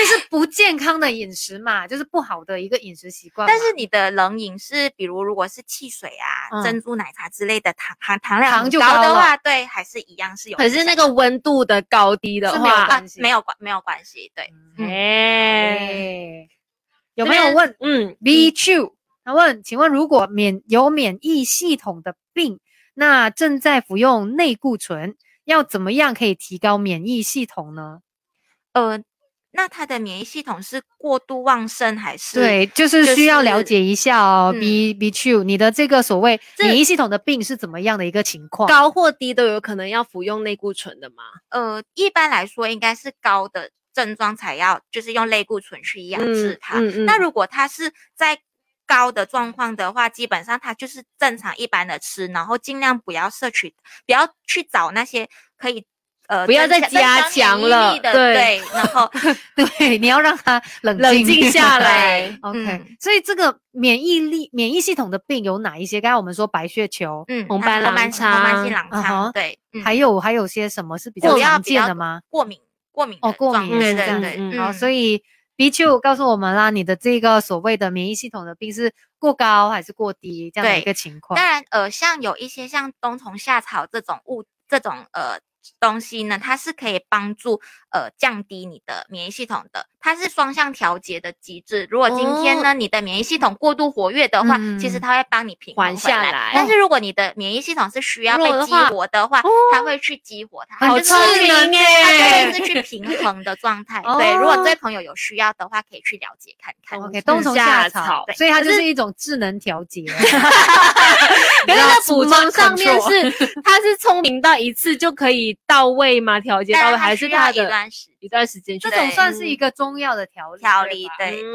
[SPEAKER 2] 是不健康的饮食嘛，就是不好的一个饮食习惯嘛。
[SPEAKER 3] 但是你的冷饮是，比如如果是汽水啊、
[SPEAKER 2] 嗯
[SPEAKER 3] 珍珠奶茶之类的糖含糖量
[SPEAKER 2] 糖
[SPEAKER 3] 很
[SPEAKER 2] 就
[SPEAKER 3] 高
[SPEAKER 2] 高
[SPEAKER 3] 的
[SPEAKER 2] 了
[SPEAKER 3] 话，对，还是一样是有
[SPEAKER 1] 可
[SPEAKER 3] 影响。
[SPEAKER 1] 是那个温度的高低的
[SPEAKER 2] 是没有
[SPEAKER 1] 话，
[SPEAKER 2] 关
[SPEAKER 3] 啊
[SPEAKER 2] 系
[SPEAKER 3] 没有关没有关系，对，
[SPEAKER 2] 嗯
[SPEAKER 1] 哎，
[SPEAKER 2] 哎，有没有问
[SPEAKER 1] 嗯，
[SPEAKER 2] B two，他问，请问如果免有免疫系统的病，那正在服用类固醇，要怎么样可以提高免疫系统呢？
[SPEAKER 3] 呃，那他的免疫系统是过度旺盛还是？
[SPEAKER 2] 对，就是
[SPEAKER 3] 就
[SPEAKER 2] 需要了
[SPEAKER 3] 是
[SPEAKER 2] 解一下哦。
[SPEAKER 3] 嗯
[SPEAKER 2] B B two，你的这个所谓
[SPEAKER 1] 这
[SPEAKER 2] 免疫系统的病是怎么样的一个情况？
[SPEAKER 1] 高或低都有可能要服用类固醇的嘛。
[SPEAKER 3] 呃，一般来说应该是高的症状才要，就是用类固醇去压制它。
[SPEAKER 1] 嗯嗯
[SPEAKER 3] 那如果它是在高的状况的话，基本上它就是正常一般的吃，然后尽量不要摄取，不要去找那些可以呃
[SPEAKER 1] 不要
[SPEAKER 3] 增
[SPEAKER 1] 再
[SPEAKER 3] 强
[SPEAKER 1] 加
[SPEAKER 3] 增强免疫
[SPEAKER 1] 强
[SPEAKER 3] 力
[SPEAKER 1] 了
[SPEAKER 3] 的
[SPEAKER 1] 对
[SPEAKER 3] 对，然后
[SPEAKER 2] [laughs] 对，你要让它冷
[SPEAKER 1] 冷静下
[SPEAKER 3] 对
[SPEAKER 1] 来，
[SPEAKER 2] OK，、
[SPEAKER 3] 嗯
[SPEAKER 2] 所以这个免疫力、免疫系统的病有哪一些？刚才我们说白血球，
[SPEAKER 3] 嗯，
[SPEAKER 1] 红
[SPEAKER 3] 它
[SPEAKER 1] 斑
[SPEAKER 3] 红
[SPEAKER 1] 狼
[SPEAKER 3] 斑红斑性
[SPEAKER 2] 啊
[SPEAKER 1] 疮
[SPEAKER 3] 狼疮
[SPEAKER 2] 哈
[SPEAKER 3] 对，嗯
[SPEAKER 2] 还有还有些什么是比较
[SPEAKER 3] 比较
[SPEAKER 2] 常
[SPEAKER 3] 比较
[SPEAKER 2] 见的
[SPEAKER 3] 多
[SPEAKER 2] 吗？
[SPEAKER 3] 过敏过敏
[SPEAKER 2] 哦
[SPEAKER 3] 的
[SPEAKER 2] 过
[SPEAKER 3] 状
[SPEAKER 2] 敏
[SPEAKER 3] 对
[SPEAKER 2] 是
[SPEAKER 3] 对
[SPEAKER 2] 这样
[SPEAKER 3] 对，
[SPEAKER 1] 嗯
[SPEAKER 2] 好，哦所
[SPEAKER 3] 以
[SPEAKER 2] 以 B 就告诉我们啦，你的这个所谓的免疫系统的病是过高还是过低这样的一
[SPEAKER 3] 对
[SPEAKER 2] 个情况
[SPEAKER 1] 哦
[SPEAKER 3] 当。然呃，像有一些像冬虫夏草这种物这种呃。东西呢，它是可以帮助呃降低你的免疫系统的，它是双向调节的机制。如果今
[SPEAKER 1] 哦
[SPEAKER 3] 天呢、你的免疫系统过度活跃的话，其实
[SPEAKER 2] 嗯
[SPEAKER 3] 它会帮你平
[SPEAKER 1] 缓
[SPEAKER 3] 衡回
[SPEAKER 1] 下
[SPEAKER 3] 来。
[SPEAKER 1] 来哦
[SPEAKER 3] 但是如果你的免疫系统是需要被
[SPEAKER 1] 弱的
[SPEAKER 3] 激
[SPEAKER 1] 话
[SPEAKER 3] 活的话，
[SPEAKER 1] 哦
[SPEAKER 3] 它会去激活它，
[SPEAKER 2] 很
[SPEAKER 3] 它
[SPEAKER 1] 好
[SPEAKER 3] 就是
[SPEAKER 1] 智
[SPEAKER 3] 会去
[SPEAKER 1] 明
[SPEAKER 3] 它就
[SPEAKER 1] 哎
[SPEAKER 3] 会！是去平衡的状态。对，如果这位朋友有需要的话，可以去了解看看。嗯
[SPEAKER 2] OK，
[SPEAKER 1] 哦
[SPEAKER 2] 冬
[SPEAKER 1] 冬
[SPEAKER 2] 虫
[SPEAKER 1] 虫
[SPEAKER 2] 夏
[SPEAKER 1] 夏
[SPEAKER 2] 草
[SPEAKER 1] 草，
[SPEAKER 2] 所以它就是一种智能调节。可
[SPEAKER 1] 可是在补充上面是，他是聪明到一次就可以到位吗？调节到
[SPEAKER 3] 但
[SPEAKER 1] 位，
[SPEAKER 3] 它
[SPEAKER 1] 还
[SPEAKER 3] 需
[SPEAKER 1] 是
[SPEAKER 3] 要
[SPEAKER 1] 他
[SPEAKER 3] 一
[SPEAKER 1] 的
[SPEAKER 3] 段时
[SPEAKER 1] 一段时间去
[SPEAKER 2] 这
[SPEAKER 1] 调？
[SPEAKER 2] 种
[SPEAKER 3] 对
[SPEAKER 2] 算是一个中药的调理
[SPEAKER 3] 调
[SPEAKER 2] 对
[SPEAKER 3] 理
[SPEAKER 2] 吧，
[SPEAKER 3] 对，嗯，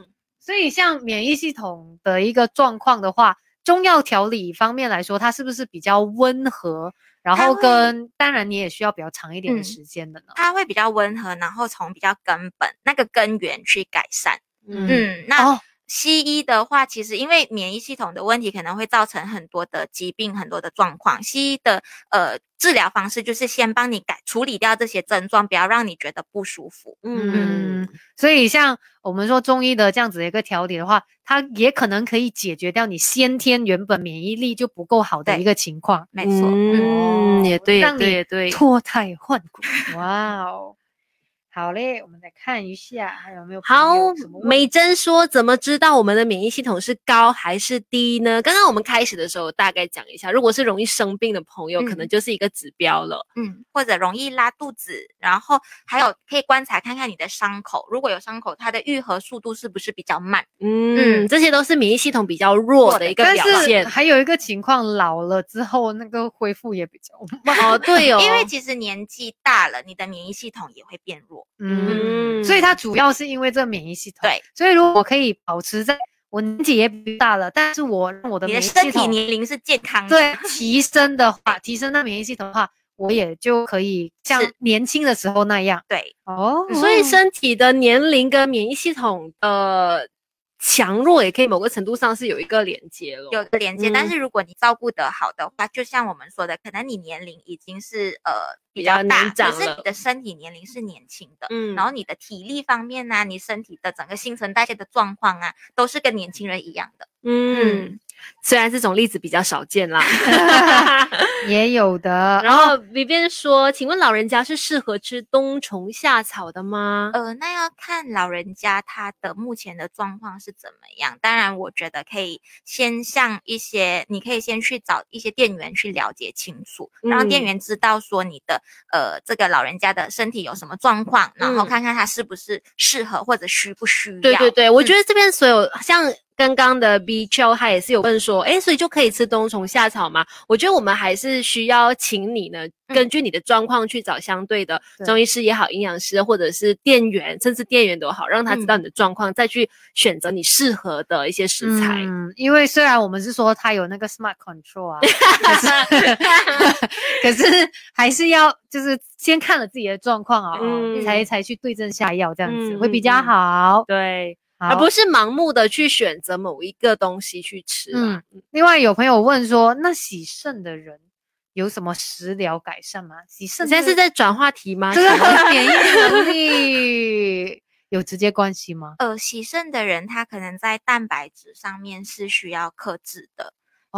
[SPEAKER 1] 嗯，
[SPEAKER 2] 所以像免疫系统的一个状况的话，中药调理方面来说，它是不是比较温和？然
[SPEAKER 3] 它
[SPEAKER 2] 后
[SPEAKER 3] 会
[SPEAKER 2] 跟当然你也需要比较长一点的
[SPEAKER 3] 嗯
[SPEAKER 2] 时间的呢。
[SPEAKER 3] 它会比较温和，然后从比较根本那个根源去改善。
[SPEAKER 1] 嗯
[SPEAKER 3] 嗯，那。
[SPEAKER 2] 哦
[SPEAKER 3] 西医的话，其实因为免疫系统的问题，可能会造成很多的疾病、很多的状况。西医的呃治疗方式就是先帮你改处理掉这些症状，不要让你觉得不舒服。
[SPEAKER 2] 嗯，所以像我们说中医的这样子的一个调理的话，它也可能可以解决掉你先天原本免疫力就不够好的
[SPEAKER 3] 对
[SPEAKER 2] 一个情况，
[SPEAKER 3] 没错，嗯
[SPEAKER 1] 嗯，也对，也
[SPEAKER 2] 让
[SPEAKER 1] 对，
[SPEAKER 2] 你
[SPEAKER 1] 也对。
[SPEAKER 2] 脱胎换骨。 [laughs] 哇哦，好嘞，我们再看一下还有没有朋
[SPEAKER 1] 好
[SPEAKER 2] 友什么，问
[SPEAKER 1] 美珍说：“怎么知道我们的免疫系统是高还是低呢？”刚刚我们开始的时候大概讲一下，如果是容易生病的朋友，可能
[SPEAKER 3] 嗯
[SPEAKER 1] 就是一个指标了。
[SPEAKER 3] 嗯，或者容易拉肚子，然后还有可以观察看看你的伤口，如果有伤口，它的愈合速度是不是比较慢？
[SPEAKER 1] 嗯，
[SPEAKER 3] 嗯
[SPEAKER 1] 这些都是免疫系统比较弱
[SPEAKER 3] 弱
[SPEAKER 1] 的
[SPEAKER 3] 的
[SPEAKER 1] 一个
[SPEAKER 2] 但
[SPEAKER 1] 表
[SPEAKER 2] 是
[SPEAKER 3] [laughs]
[SPEAKER 1] 现。
[SPEAKER 2] 还有一个情况，老了之后那个恢复也比较
[SPEAKER 1] [laughs]
[SPEAKER 2] 慢。
[SPEAKER 1] 哦，对哦，
[SPEAKER 3] 因为其实年纪大了，你的免疫系统也会变弱。
[SPEAKER 2] 嗯，所以它主要是因为这个免疫系统。
[SPEAKER 3] 对，
[SPEAKER 2] 所以如果我可以保持在我年纪也比较大了，但是我让我的
[SPEAKER 3] 你
[SPEAKER 2] 免
[SPEAKER 3] 的
[SPEAKER 2] 疫
[SPEAKER 3] 身
[SPEAKER 2] 系
[SPEAKER 3] 体
[SPEAKER 2] 统
[SPEAKER 3] 年龄是健
[SPEAKER 1] 嗯
[SPEAKER 3] 康的。
[SPEAKER 2] 对提升的话，提升那免疫系统的话，我也就可以像
[SPEAKER 3] 是
[SPEAKER 2] 年轻的时候那样
[SPEAKER 3] 对
[SPEAKER 2] 哦。
[SPEAKER 1] 所以
[SPEAKER 2] 是
[SPEAKER 1] 身体的年龄跟免疫系统的强弱也可以某个程度上是有一个连接了。
[SPEAKER 3] 有个连接。但
[SPEAKER 1] 嗯
[SPEAKER 3] 是如果你照顾得好的话，就像我们说的，可能你年龄已经是呃
[SPEAKER 1] 比
[SPEAKER 3] 比
[SPEAKER 1] 较
[SPEAKER 3] 较大，
[SPEAKER 1] 年长
[SPEAKER 3] 可是
[SPEAKER 1] 了
[SPEAKER 3] 你的身体年龄是年轻的。
[SPEAKER 1] 嗯
[SPEAKER 3] 然后你的体力方面啊，你身体的整个新陈代谢的状况啊，都是跟年轻人一样的。
[SPEAKER 1] 嗯，虽然这种例子比较少见 [laughs] 啦。
[SPEAKER 2] 也有的。
[SPEAKER 1] 然后 v i 哦说：“请问老人家是适合吃冬虫夏草的吗？”
[SPEAKER 3] 呃，那要看老人家他的目前的状况是怎么样。当然，我觉得可以先向一些，你可以先去找一些店员去了解清楚，让店
[SPEAKER 1] 嗯
[SPEAKER 3] 员知道说你的呃这个老人家的身体有什么状况，然后
[SPEAKER 1] 嗯
[SPEAKER 3] 看看他是不是适合或者需不需要。
[SPEAKER 1] 对对对，我
[SPEAKER 3] 嗯
[SPEAKER 1] 觉得这边所有像刚刚的 B Cho 他也是有问说，诶，所以就可以吃冬虫夏草吗？我觉得我们还是需要请你呢，
[SPEAKER 3] 嗯
[SPEAKER 1] 根据你的状况去找相对的
[SPEAKER 2] 对
[SPEAKER 1] 中医师也好，营养师或者是店员，甚至店员都好，让他知道
[SPEAKER 3] 嗯
[SPEAKER 1] 你的状况，再去选择你适合的一些食材。
[SPEAKER 2] 嗯，因为虽然我们是说它有那个 smart control 啊，可
[SPEAKER 1] [laughs]
[SPEAKER 2] 是可是还是要就是先看了自己的状况啊，
[SPEAKER 1] 嗯
[SPEAKER 2] 才才去对症下药，这样子、
[SPEAKER 1] 嗯
[SPEAKER 2] 会比较
[SPEAKER 1] 嗯嗯
[SPEAKER 2] 好。
[SPEAKER 1] 对，而
[SPEAKER 2] 好
[SPEAKER 1] 不是盲目的去选择某一个东西去吃啊、
[SPEAKER 2] 嗯，另外有朋友问说，那洗肾的人有什么食疗改善吗？洗
[SPEAKER 1] 啊你
[SPEAKER 2] 肾
[SPEAKER 1] 现在是在转话题吗？
[SPEAKER 2] 这个和啊免疫能力有直接关系吗？
[SPEAKER 3] 呃，洗肾的人他可能在蛋白质上面是需要克制的，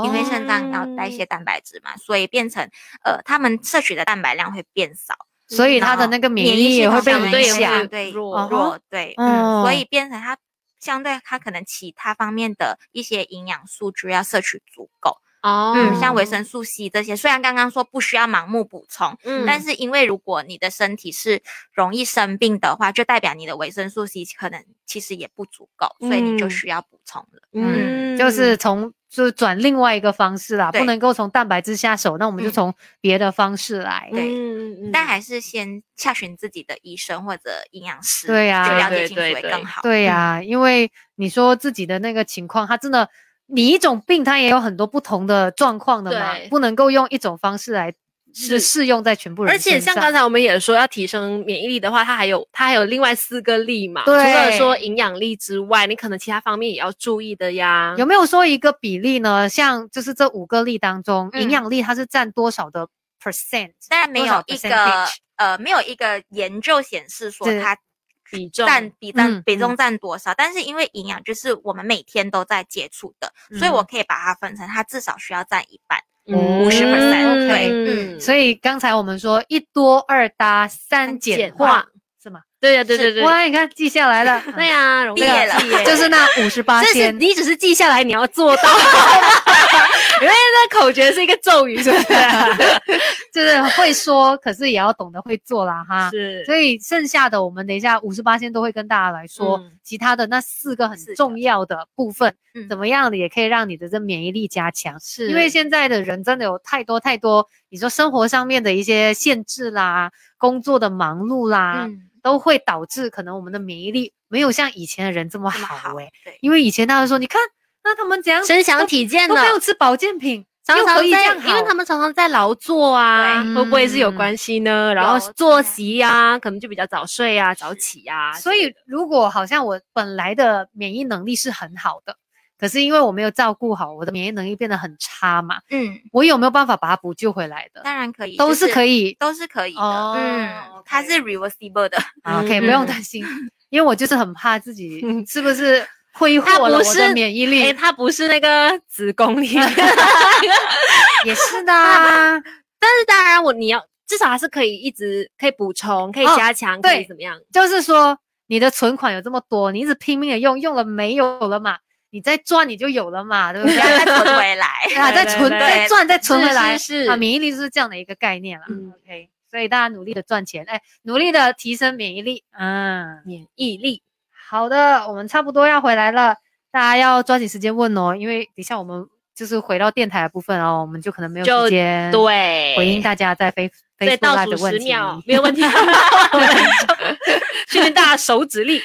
[SPEAKER 3] 因
[SPEAKER 2] 哦
[SPEAKER 3] 为肾脏要代
[SPEAKER 1] 哦
[SPEAKER 3] 谢蛋白质嘛，所以变成呃，他们摄取的蛋白量会变少，
[SPEAKER 2] 所以他的
[SPEAKER 3] 然后
[SPEAKER 2] 那个免
[SPEAKER 3] 免
[SPEAKER 2] 疫
[SPEAKER 3] 疫
[SPEAKER 2] 也
[SPEAKER 3] 系
[SPEAKER 2] 会
[SPEAKER 3] 统
[SPEAKER 2] 被
[SPEAKER 3] 相对
[SPEAKER 2] 影
[SPEAKER 1] 也会
[SPEAKER 2] 响。
[SPEAKER 3] 对
[SPEAKER 1] 弱
[SPEAKER 2] 哦
[SPEAKER 3] 弱对，嗯，所
[SPEAKER 2] 哦
[SPEAKER 3] 以变成他相对他可能其他方面的一些营养素就要摄取足够，
[SPEAKER 1] 哦，
[SPEAKER 3] 嗯，像维生素 C 这些，虽然刚刚说不需要盲目补充，
[SPEAKER 1] 嗯
[SPEAKER 3] 但是因为如果你的身体是容易生病的话，就代表你的维生素 C 可能其实也不足够，所以你就
[SPEAKER 1] 嗯
[SPEAKER 3] 需要补充了。
[SPEAKER 2] 嗯，就是从就转另外一个方式啦，不
[SPEAKER 3] 对
[SPEAKER 2] 能够从蛋白质下手，那我们就
[SPEAKER 3] 嗯
[SPEAKER 2] 从别的方式来。
[SPEAKER 3] 对
[SPEAKER 1] 嗯嗯嗯
[SPEAKER 3] 但还是先洽询自己的医生或者营养师，
[SPEAKER 2] 对呀
[SPEAKER 3] 去了
[SPEAKER 1] 对
[SPEAKER 3] 解清楚
[SPEAKER 1] 对
[SPEAKER 3] 会
[SPEAKER 1] 对
[SPEAKER 3] 更好。
[SPEAKER 2] 对呀、因为你说自己的那个情况，它真的，你一种病它也有很多不同的状况的嘛
[SPEAKER 1] 对，
[SPEAKER 2] 不能够用一种方式来
[SPEAKER 1] 是
[SPEAKER 2] 是适用在全部人
[SPEAKER 1] 而
[SPEAKER 2] 身上。
[SPEAKER 1] 且像刚才我们也说，要提升免疫力的话，它还有它还有另外四个力嘛，除
[SPEAKER 2] 对
[SPEAKER 1] 了说营养力之外，你可能其他方面也要注意的呀。
[SPEAKER 2] 有没有说一个比例呢？像就是这五个例当中，营
[SPEAKER 3] 嗯
[SPEAKER 2] 养力它是占多少的 percent？
[SPEAKER 3] 当然没
[SPEAKER 2] 多少
[SPEAKER 3] 有一个
[SPEAKER 2] percentage？
[SPEAKER 3] 呃，没有一个研究显示说
[SPEAKER 2] 是
[SPEAKER 3] 它
[SPEAKER 1] 比重
[SPEAKER 3] 占比占
[SPEAKER 2] 嗯
[SPEAKER 3] 比
[SPEAKER 2] 嗯
[SPEAKER 3] 重占多少，但是因为营养就是我们每天都在接触的，所以
[SPEAKER 2] 嗯
[SPEAKER 3] 我可以把它分成，它至少需要占一半。
[SPEAKER 1] 嗯
[SPEAKER 3] 50%对
[SPEAKER 1] 嗯
[SPEAKER 2] 所以刚才我们说一多二搭三
[SPEAKER 1] 三
[SPEAKER 2] 简
[SPEAKER 1] 简
[SPEAKER 2] 化
[SPEAKER 1] 化
[SPEAKER 2] 是吗？
[SPEAKER 1] 对呀对对
[SPEAKER 3] 是
[SPEAKER 1] 对，
[SPEAKER 2] 哇，你看记下来
[SPEAKER 1] [laughs]
[SPEAKER 2] 了，嗯
[SPEAKER 1] 对呀，容易
[SPEAKER 3] 毕业了
[SPEAKER 1] 记耶
[SPEAKER 2] 就是那五十八
[SPEAKER 1] 这是
[SPEAKER 2] 天。
[SPEAKER 1] 你只是记下来，你要做到。 [laughs] 因为那口诀是一个咒语，是不是 [laughs] 啊？
[SPEAKER 2] 就是会说，可是也要懂得会做啦哈。
[SPEAKER 1] 是
[SPEAKER 2] 所以剩下的我们等一下五十八先都会跟大家来说，
[SPEAKER 1] 嗯
[SPEAKER 2] 其他的那四个很
[SPEAKER 3] 四个
[SPEAKER 2] 重要的部分，
[SPEAKER 3] 嗯
[SPEAKER 2] 怎么样的也可以让你的这免疫力加强。
[SPEAKER 1] 是
[SPEAKER 2] 因为现在的人真的有太多太多，你说生活上面的一些限制啦，工作的忙碌啦，
[SPEAKER 3] 嗯，
[SPEAKER 2] 都会导致可能我们的免疫力没有像以前的人这么
[SPEAKER 3] 这么
[SPEAKER 2] 好
[SPEAKER 3] 好
[SPEAKER 2] 诶、
[SPEAKER 3] 对，
[SPEAKER 2] 因为以前大家说，你看那他们怎样
[SPEAKER 1] 身强体健
[SPEAKER 2] 都
[SPEAKER 1] 呢
[SPEAKER 2] 没，有吃保健品，
[SPEAKER 1] 常
[SPEAKER 2] 又
[SPEAKER 1] 常
[SPEAKER 2] 可以这
[SPEAKER 1] 在
[SPEAKER 2] 样，好，
[SPEAKER 1] 因为他们常常在劳作啊，
[SPEAKER 2] 对
[SPEAKER 1] 会不会是有关系呢？然后
[SPEAKER 3] 有
[SPEAKER 1] 作
[SPEAKER 3] 真的
[SPEAKER 1] 息呀、啊，可能就比较早睡呀、早起啊呀、
[SPEAKER 2] 所以，如果好像我本来的免疫能力是很好的，可是因为我没有照顾好，我的免疫能力变得很差嘛，
[SPEAKER 3] 嗯，
[SPEAKER 2] 我有没有办法把它补救回来的？
[SPEAKER 3] 当然可以，
[SPEAKER 2] 都
[SPEAKER 3] 就是
[SPEAKER 2] 可以，哦
[SPEAKER 3] 都是可以的。嗯，它是
[SPEAKER 2] [laughs]
[SPEAKER 3] reversible 的，
[SPEAKER 2] 啊
[SPEAKER 1] 嗯
[SPEAKER 2] 可以不
[SPEAKER 1] 嗯
[SPEAKER 2] 用担心，因为我就是很怕自己
[SPEAKER 1] 嗯
[SPEAKER 2] 是不是挥
[SPEAKER 1] 它
[SPEAKER 2] 霍了
[SPEAKER 1] 不
[SPEAKER 2] 我
[SPEAKER 1] 是
[SPEAKER 2] 的免疫
[SPEAKER 1] 哎，
[SPEAKER 2] 力，
[SPEAKER 1] 它不是那个子宫 [laughs] 里，
[SPEAKER 2] 也是的啊。
[SPEAKER 1] 但是当然我你要至少还是可以一直可以补充，可以
[SPEAKER 2] 哦
[SPEAKER 1] 加强，可
[SPEAKER 2] 对
[SPEAKER 1] 以怎么样？
[SPEAKER 2] 就是说，你的存款有这么多，你一直拼命的用，用了没有了嘛？你再赚你就有了嘛，对不
[SPEAKER 1] [laughs]
[SPEAKER 3] 不
[SPEAKER 2] 对
[SPEAKER 3] 要？再滚回来。 [laughs]
[SPEAKER 2] 啊，再
[SPEAKER 1] 对
[SPEAKER 2] 存
[SPEAKER 1] 对
[SPEAKER 2] 再
[SPEAKER 3] 对
[SPEAKER 2] 赚再存
[SPEAKER 1] 是
[SPEAKER 2] 回来，
[SPEAKER 1] 是是
[SPEAKER 2] 啊，免疫力就是这样的一个概念啦。
[SPEAKER 1] 嗯
[SPEAKER 2] OK，所以大家努力的赚钱，哎，努力的提升免疫力。嗯，
[SPEAKER 1] 免疫力，
[SPEAKER 2] 好的，我们差不多要回来了，大家要抓紧时间问哦，因为等一下我们就是回到电台的部分哦，我们就可能没有
[SPEAKER 1] 就
[SPEAKER 2] 时间
[SPEAKER 1] 对，
[SPEAKER 2] 回应大家在飞飞
[SPEAKER 1] 对，
[SPEAKER 2] 速
[SPEAKER 1] 倒
[SPEAKER 2] live
[SPEAKER 1] 数
[SPEAKER 2] 的问
[SPEAKER 1] 十
[SPEAKER 2] 题。
[SPEAKER 1] 秒，没有问题， [laughs] 训练大家手指
[SPEAKER 2] [laughs]
[SPEAKER 1] 力。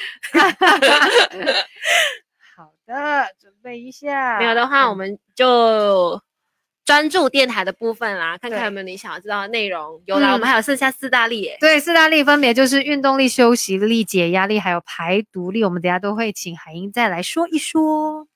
[SPEAKER 2] 好的，准备一下。
[SPEAKER 1] 没有的话，
[SPEAKER 2] 嗯
[SPEAKER 1] 我们就专注电台的部分啦，看看
[SPEAKER 2] 对嗯
[SPEAKER 1] 有没有你想要知道的内容。有啦，我们还有剩下四大力耶。
[SPEAKER 2] 对，四大力分别就是运动力、休息力、解压力，还有排毒力。我们等一下都会请海英再来说一说。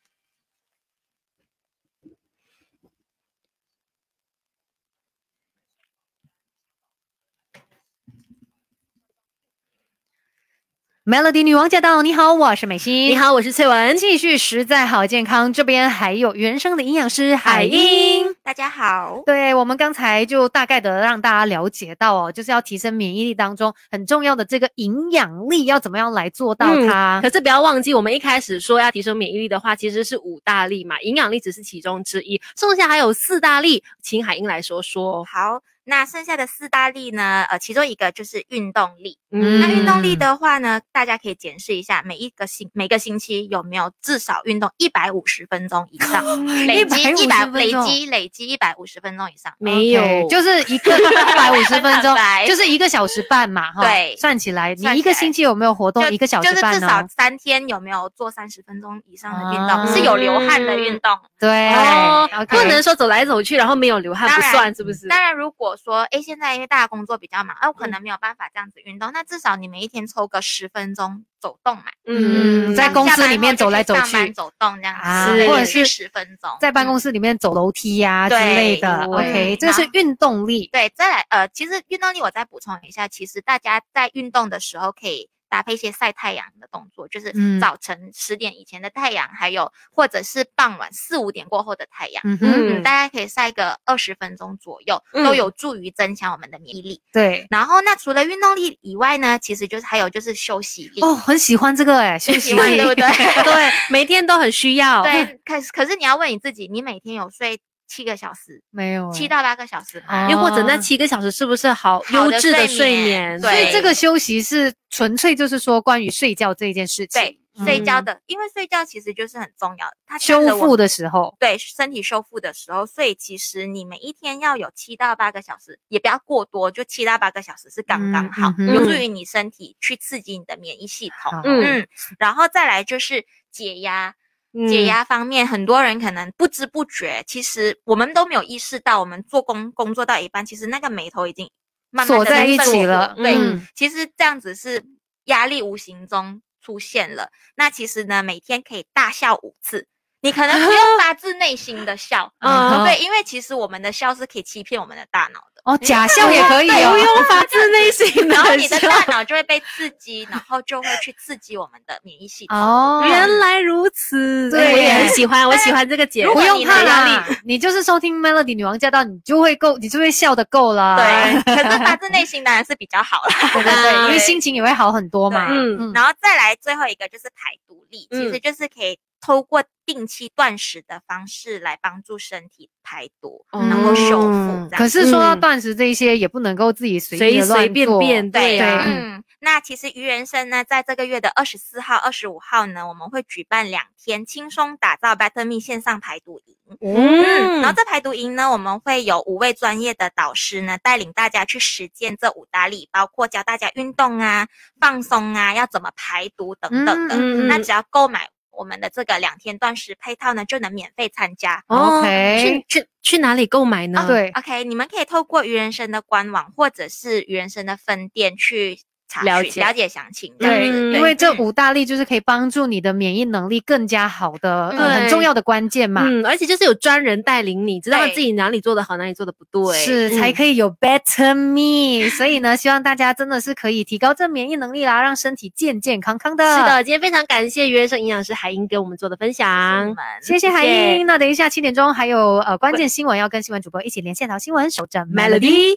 [SPEAKER 2] Melody 女王驾到！你好，我是美心。
[SPEAKER 1] 你，好，我是翠文。
[SPEAKER 2] 继续实在好健康，这边还有原生的营养师海英。
[SPEAKER 1] 嗯
[SPEAKER 3] 大家好，
[SPEAKER 2] 对我们刚才就大概的让大家了解到哦，就是要提升免疫力当中很重要的这个营养力，要怎么样来做到
[SPEAKER 1] 嗯
[SPEAKER 2] 它？
[SPEAKER 1] 可是不要忘记，我们一开始说要提升免疫力的话，其实是五大力嘛，营养力只是其中之一，剩下还有四大力，请海英来说说。
[SPEAKER 3] 好。那剩下的四大力呢？呃，其中一个就是运动力。
[SPEAKER 2] 嗯
[SPEAKER 3] 那运动力的话呢，大家可以检视一下每一个星每个星期有没有至少运动一百五十分钟以上，
[SPEAKER 2] [laughs]
[SPEAKER 3] 累积
[SPEAKER 2] 150
[SPEAKER 3] 一百
[SPEAKER 2] 分
[SPEAKER 3] 累
[SPEAKER 2] 钟
[SPEAKER 3] 积累积一百五十分钟以上。嗯
[SPEAKER 1] 没有
[SPEAKER 2] OK，就是一个一百五十分钟
[SPEAKER 3] 很坦， [laughs] 白
[SPEAKER 2] 就是一个小时半嘛，哈。
[SPEAKER 3] 对
[SPEAKER 2] 算起来你
[SPEAKER 3] 算
[SPEAKER 2] 一个
[SPEAKER 3] 起来
[SPEAKER 2] 星期有没有活动
[SPEAKER 3] 就
[SPEAKER 2] 一个小时
[SPEAKER 3] 就是
[SPEAKER 2] 半哦
[SPEAKER 3] 至少
[SPEAKER 2] 呢？
[SPEAKER 3] 三天有没有做三十分钟以上的运动，
[SPEAKER 2] 啊
[SPEAKER 3] 是有流汗的运动。
[SPEAKER 2] 对
[SPEAKER 1] 哦，
[SPEAKER 2] ，OK
[SPEAKER 1] 不能说走来走去，然后没有流汗
[SPEAKER 3] 当
[SPEAKER 1] 不
[SPEAKER 3] 然
[SPEAKER 1] 算，是不是？
[SPEAKER 3] 当然，如果说哎，诶现在因为大家工作比较忙，哎、我
[SPEAKER 2] 嗯
[SPEAKER 3] 可能没有办法这样子运动，那至少你们一天抽个十分钟走动嘛，
[SPEAKER 2] 嗯在公司里面走来走去
[SPEAKER 3] 下班后就去上班走动这样子，
[SPEAKER 2] 啊
[SPEAKER 1] 或者
[SPEAKER 2] 是
[SPEAKER 3] 十分钟嗯
[SPEAKER 2] 在办公
[SPEAKER 3] 室。
[SPEAKER 2] 室里面走楼梯呀之
[SPEAKER 3] 对
[SPEAKER 2] 类的
[SPEAKER 1] 对
[SPEAKER 2] ，OK，这是
[SPEAKER 3] 然后
[SPEAKER 2] 运动力。
[SPEAKER 3] 对，再来呃，其实运动力我再补充一下，其实大家在运动的时候可以搭配一些晒太阳的动作，就是
[SPEAKER 2] 嗯
[SPEAKER 3] 早晨十点以前的太阳，还有或者是傍晚四五点过后的太阳。
[SPEAKER 2] 嗯哼，
[SPEAKER 1] 嗯
[SPEAKER 3] 嗯，大家可以晒个二十分钟左右，
[SPEAKER 1] 嗯
[SPEAKER 3] 都有助于增强我们的免疫力。
[SPEAKER 2] 对。
[SPEAKER 3] 然后，那除了运动力以外呢，其实就是还有就是休息力。
[SPEAKER 2] 哦，很喜欢这个哎，休息
[SPEAKER 3] 喜欢
[SPEAKER 2] 力
[SPEAKER 3] 对不对
[SPEAKER 1] [laughs] 对，每天都很需要。
[SPEAKER 3] 对，可是可是你要问你自己，你每天有睡七个小时，
[SPEAKER 2] 没有
[SPEAKER 3] 七
[SPEAKER 2] 哎
[SPEAKER 3] 到八个小时吗？
[SPEAKER 1] 又或者那
[SPEAKER 2] 哦
[SPEAKER 1] 七个小时是不是好
[SPEAKER 3] 好
[SPEAKER 1] 优
[SPEAKER 3] 的
[SPEAKER 1] 质的
[SPEAKER 3] 睡
[SPEAKER 1] 睡
[SPEAKER 3] 眠
[SPEAKER 1] 眠？
[SPEAKER 3] 对
[SPEAKER 2] 所以这个休息是纯粹就是说关于睡觉这一件事情，
[SPEAKER 3] 对，睡觉
[SPEAKER 1] 嗯
[SPEAKER 3] 的，因为睡觉其实就是很重要，它占
[SPEAKER 2] 修
[SPEAKER 3] 了我
[SPEAKER 2] 复
[SPEAKER 3] 们
[SPEAKER 2] 的时候，
[SPEAKER 3] 对身体修复的时候，所以其实你每一天要有七到八个小时，也不要过多，就七到八个小时是刚刚
[SPEAKER 2] 嗯
[SPEAKER 3] 好，
[SPEAKER 2] 嗯哼
[SPEAKER 3] 有助于你身体去刺激你的免疫系统。
[SPEAKER 2] 嗯
[SPEAKER 1] 嗯
[SPEAKER 3] 嗯，然后再来就是解压，
[SPEAKER 2] 嗯
[SPEAKER 3] 解
[SPEAKER 1] 嗯
[SPEAKER 3] 压方面，很多人可能不知不觉，其实我们都没有意识到，我们做工工作到一半，其实那个眉头已经慢慢
[SPEAKER 2] 锁
[SPEAKER 3] 地
[SPEAKER 2] 在一
[SPEAKER 3] 奋
[SPEAKER 2] 起
[SPEAKER 3] 不顾
[SPEAKER 2] 了
[SPEAKER 3] 对，
[SPEAKER 2] 嗯
[SPEAKER 3] 其实这样子是压力无形中出现了。那其实呢，每天可以大笑五次。你可能不用发自内心
[SPEAKER 2] [laughs]
[SPEAKER 3] 的笑，
[SPEAKER 2] 哦
[SPEAKER 1] 嗯
[SPEAKER 3] 对，因为其实我们的笑是可以欺骗我们的大脑的，
[SPEAKER 2] 哦，假笑也可以
[SPEAKER 1] 对不
[SPEAKER 2] 哦，
[SPEAKER 1] [laughs] 用发自内心
[SPEAKER 3] 然后
[SPEAKER 1] 的
[SPEAKER 3] 你的
[SPEAKER 1] 笑
[SPEAKER 3] 大 [laughs] 脑就会被刺激，然后就会去刺激我们的免疫系统。
[SPEAKER 2] 哦，
[SPEAKER 1] 原来如此，
[SPEAKER 2] 对
[SPEAKER 1] 我也很喜欢，我喜欢这个解
[SPEAKER 3] 如
[SPEAKER 2] 不
[SPEAKER 3] 果
[SPEAKER 2] 用
[SPEAKER 3] 你
[SPEAKER 2] 怕
[SPEAKER 3] 的压
[SPEAKER 2] 啦，你就是收听 Melody 女王驾到，你就会够，你就会笑得够了，
[SPEAKER 3] 对，可是发自内心当然是比较好啦。
[SPEAKER 2] 对对对，因为
[SPEAKER 3] 对
[SPEAKER 2] 心情也会好很多嘛，
[SPEAKER 3] 对
[SPEAKER 2] 嗯，
[SPEAKER 3] 然后再来最后一个就是排毒力，
[SPEAKER 1] 嗯
[SPEAKER 3] 其实就是可以透过定期断食的方式来帮助身体排毒，
[SPEAKER 1] 嗯
[SPEAKER 3] 然后修复
[SPEAKER 2] 嗯。
[SPEAKER 3] 这
[SPEAKER 2] 可
[SPEAKER 3] 样
[SPEAKER 2] 是说到
[SPEAKER 1] 嗯
[SPEAKER 2] 断食这一些，也不能够自己随
[SPEAKER 1] 随
[SPEAKER 2] 意地
[SPEAKER 1] 随
[SPEAKER 2] 乱
[SPEAKER 1] 便
[SPEAKER 2] 做
[SPEAKER 1] 便，啊
[SPEAKER 3] 对
[SPEAKER 1] 呀、
[SPEAKER 2] 对啊
[SPEAKER 3] 嗯，那其实于人生呢，在这个月的二十四号、二十五号呢，我们会举办两天轻松打造 Better Me 线上排毒营。嗯，然后这排毒营呢，我们会有五位专业的导师呢，带领大家去实践这五大力，包括教大家运动啊、放松啊，要怎么排毒等等的。
[SPEAKER 1] 嗯嗯
[SPEAKER 3] 那
[SPEAKER 1] 嗯
[SPEAKER 3] 只要购买我们的这个两天断食配套呢，就能免费参加。
[SPEAKER 1] 哦
[SPEAKER 2] OK
[SPEAKER 1] 去去去哪里购买呢？
[SPEAKER 2] 啊
[SPEAKER 1] 嗯
[SPEAKER 2] 对，
[SPEAKER 3] OK，你们可以透过愚人生的官网或者是愚人生的分店去查询
[SPEAKER 1] 了解
[SPEAKER 3] 了解详情。这样
[SPEAKER 2] 对，
[SPEAKER 1] 嗯
[SPEAKER 2] 因为这
[SPEAKER 3] 嗯
[SPEAKER 2] 五大力就是可以帮助你的免疫能力更加好的，呃
[SPEAKER 1] 对
[SPEAKER 2] 很重要的关键嘛，
[SPEAKER 1] 嗯，而且就是有专人带领你，知道
[SPEAKER 3] 对
[SPEAKER 1] 自己哪里做的好，哪里做的不对，嗯
[SPEAKER 2] 是才可以有 better me。所以呢，希望大家真的是可以提高这免疫能力啦，让身体健健康康的。
[SPEAKER 1] 是，的，今天非常感谢原生营养师海英给我们做的分
[SPEAKER 3] 你
[SPEAKER 1] 享
[SPEAKER 3] 们，
[SPEAKER 2] 谢谢海
[SPEAKER 1] 谢谢
[SPEAKER 2] 英。那等一下七点钟还有呃关键新闻要跟新闻主播一起连线聊新闻，守着 Melody。
[SPEAKER 1] ，Melody。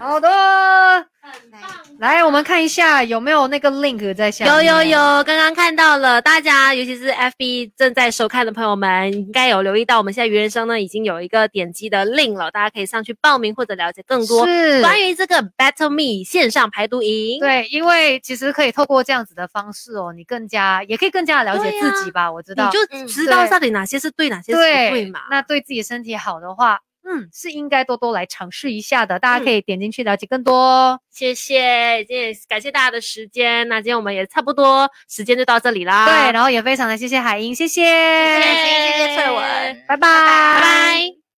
[SPEAKER 2] 好的，来我们看一下有没有那个 link 在下
[SPEAKER 1] 有
[SPEAKER 2] 面。
[SPEAKER 1] 有有，刚刚看到了，大家尤其是 FB 正在收看的朋友们，应该有留意到，我们现在原生呢已经有一个点击的 link 了，大家可以上去报名或者了解更多
[SPEAKER 2] 是
[SPEAKER 1] 关于这个 Battle Me 线上排毒营。
[SPEAKER 2] 对，因为其实可以透过这样子的方式哦，你更加也可以更加了解
[SPEAKER 1] 对呀
[SPEAKER 2] 自己吧。我知道，
[SPEAKER 1] 你就
[SPEAKER 3] 嗯
[SPEAKER 1] 知道
[SPEAKER 2] 对
[SPEAKER 1] 到底哪些是对，哪些是不
[SPEAKER 2] 对
[SPEAKER 1] 对嘛。
[SPEAKER 2] 那对自己身体好的话，嗯，是应该多多来尝试一下的。大家可以点进去了解更多哦。
[SPEAKER 1] 谢谢，今天也感谢大家的时间。那今天我们也差不多时间就到这里啦。
[SPEAKER 2] 对，然后也非常的谢谢海英，谢谢，
[SPEAKER 3] 谢谢谢谢翠文，
[SPEAKER 2] 拜拜。拜拜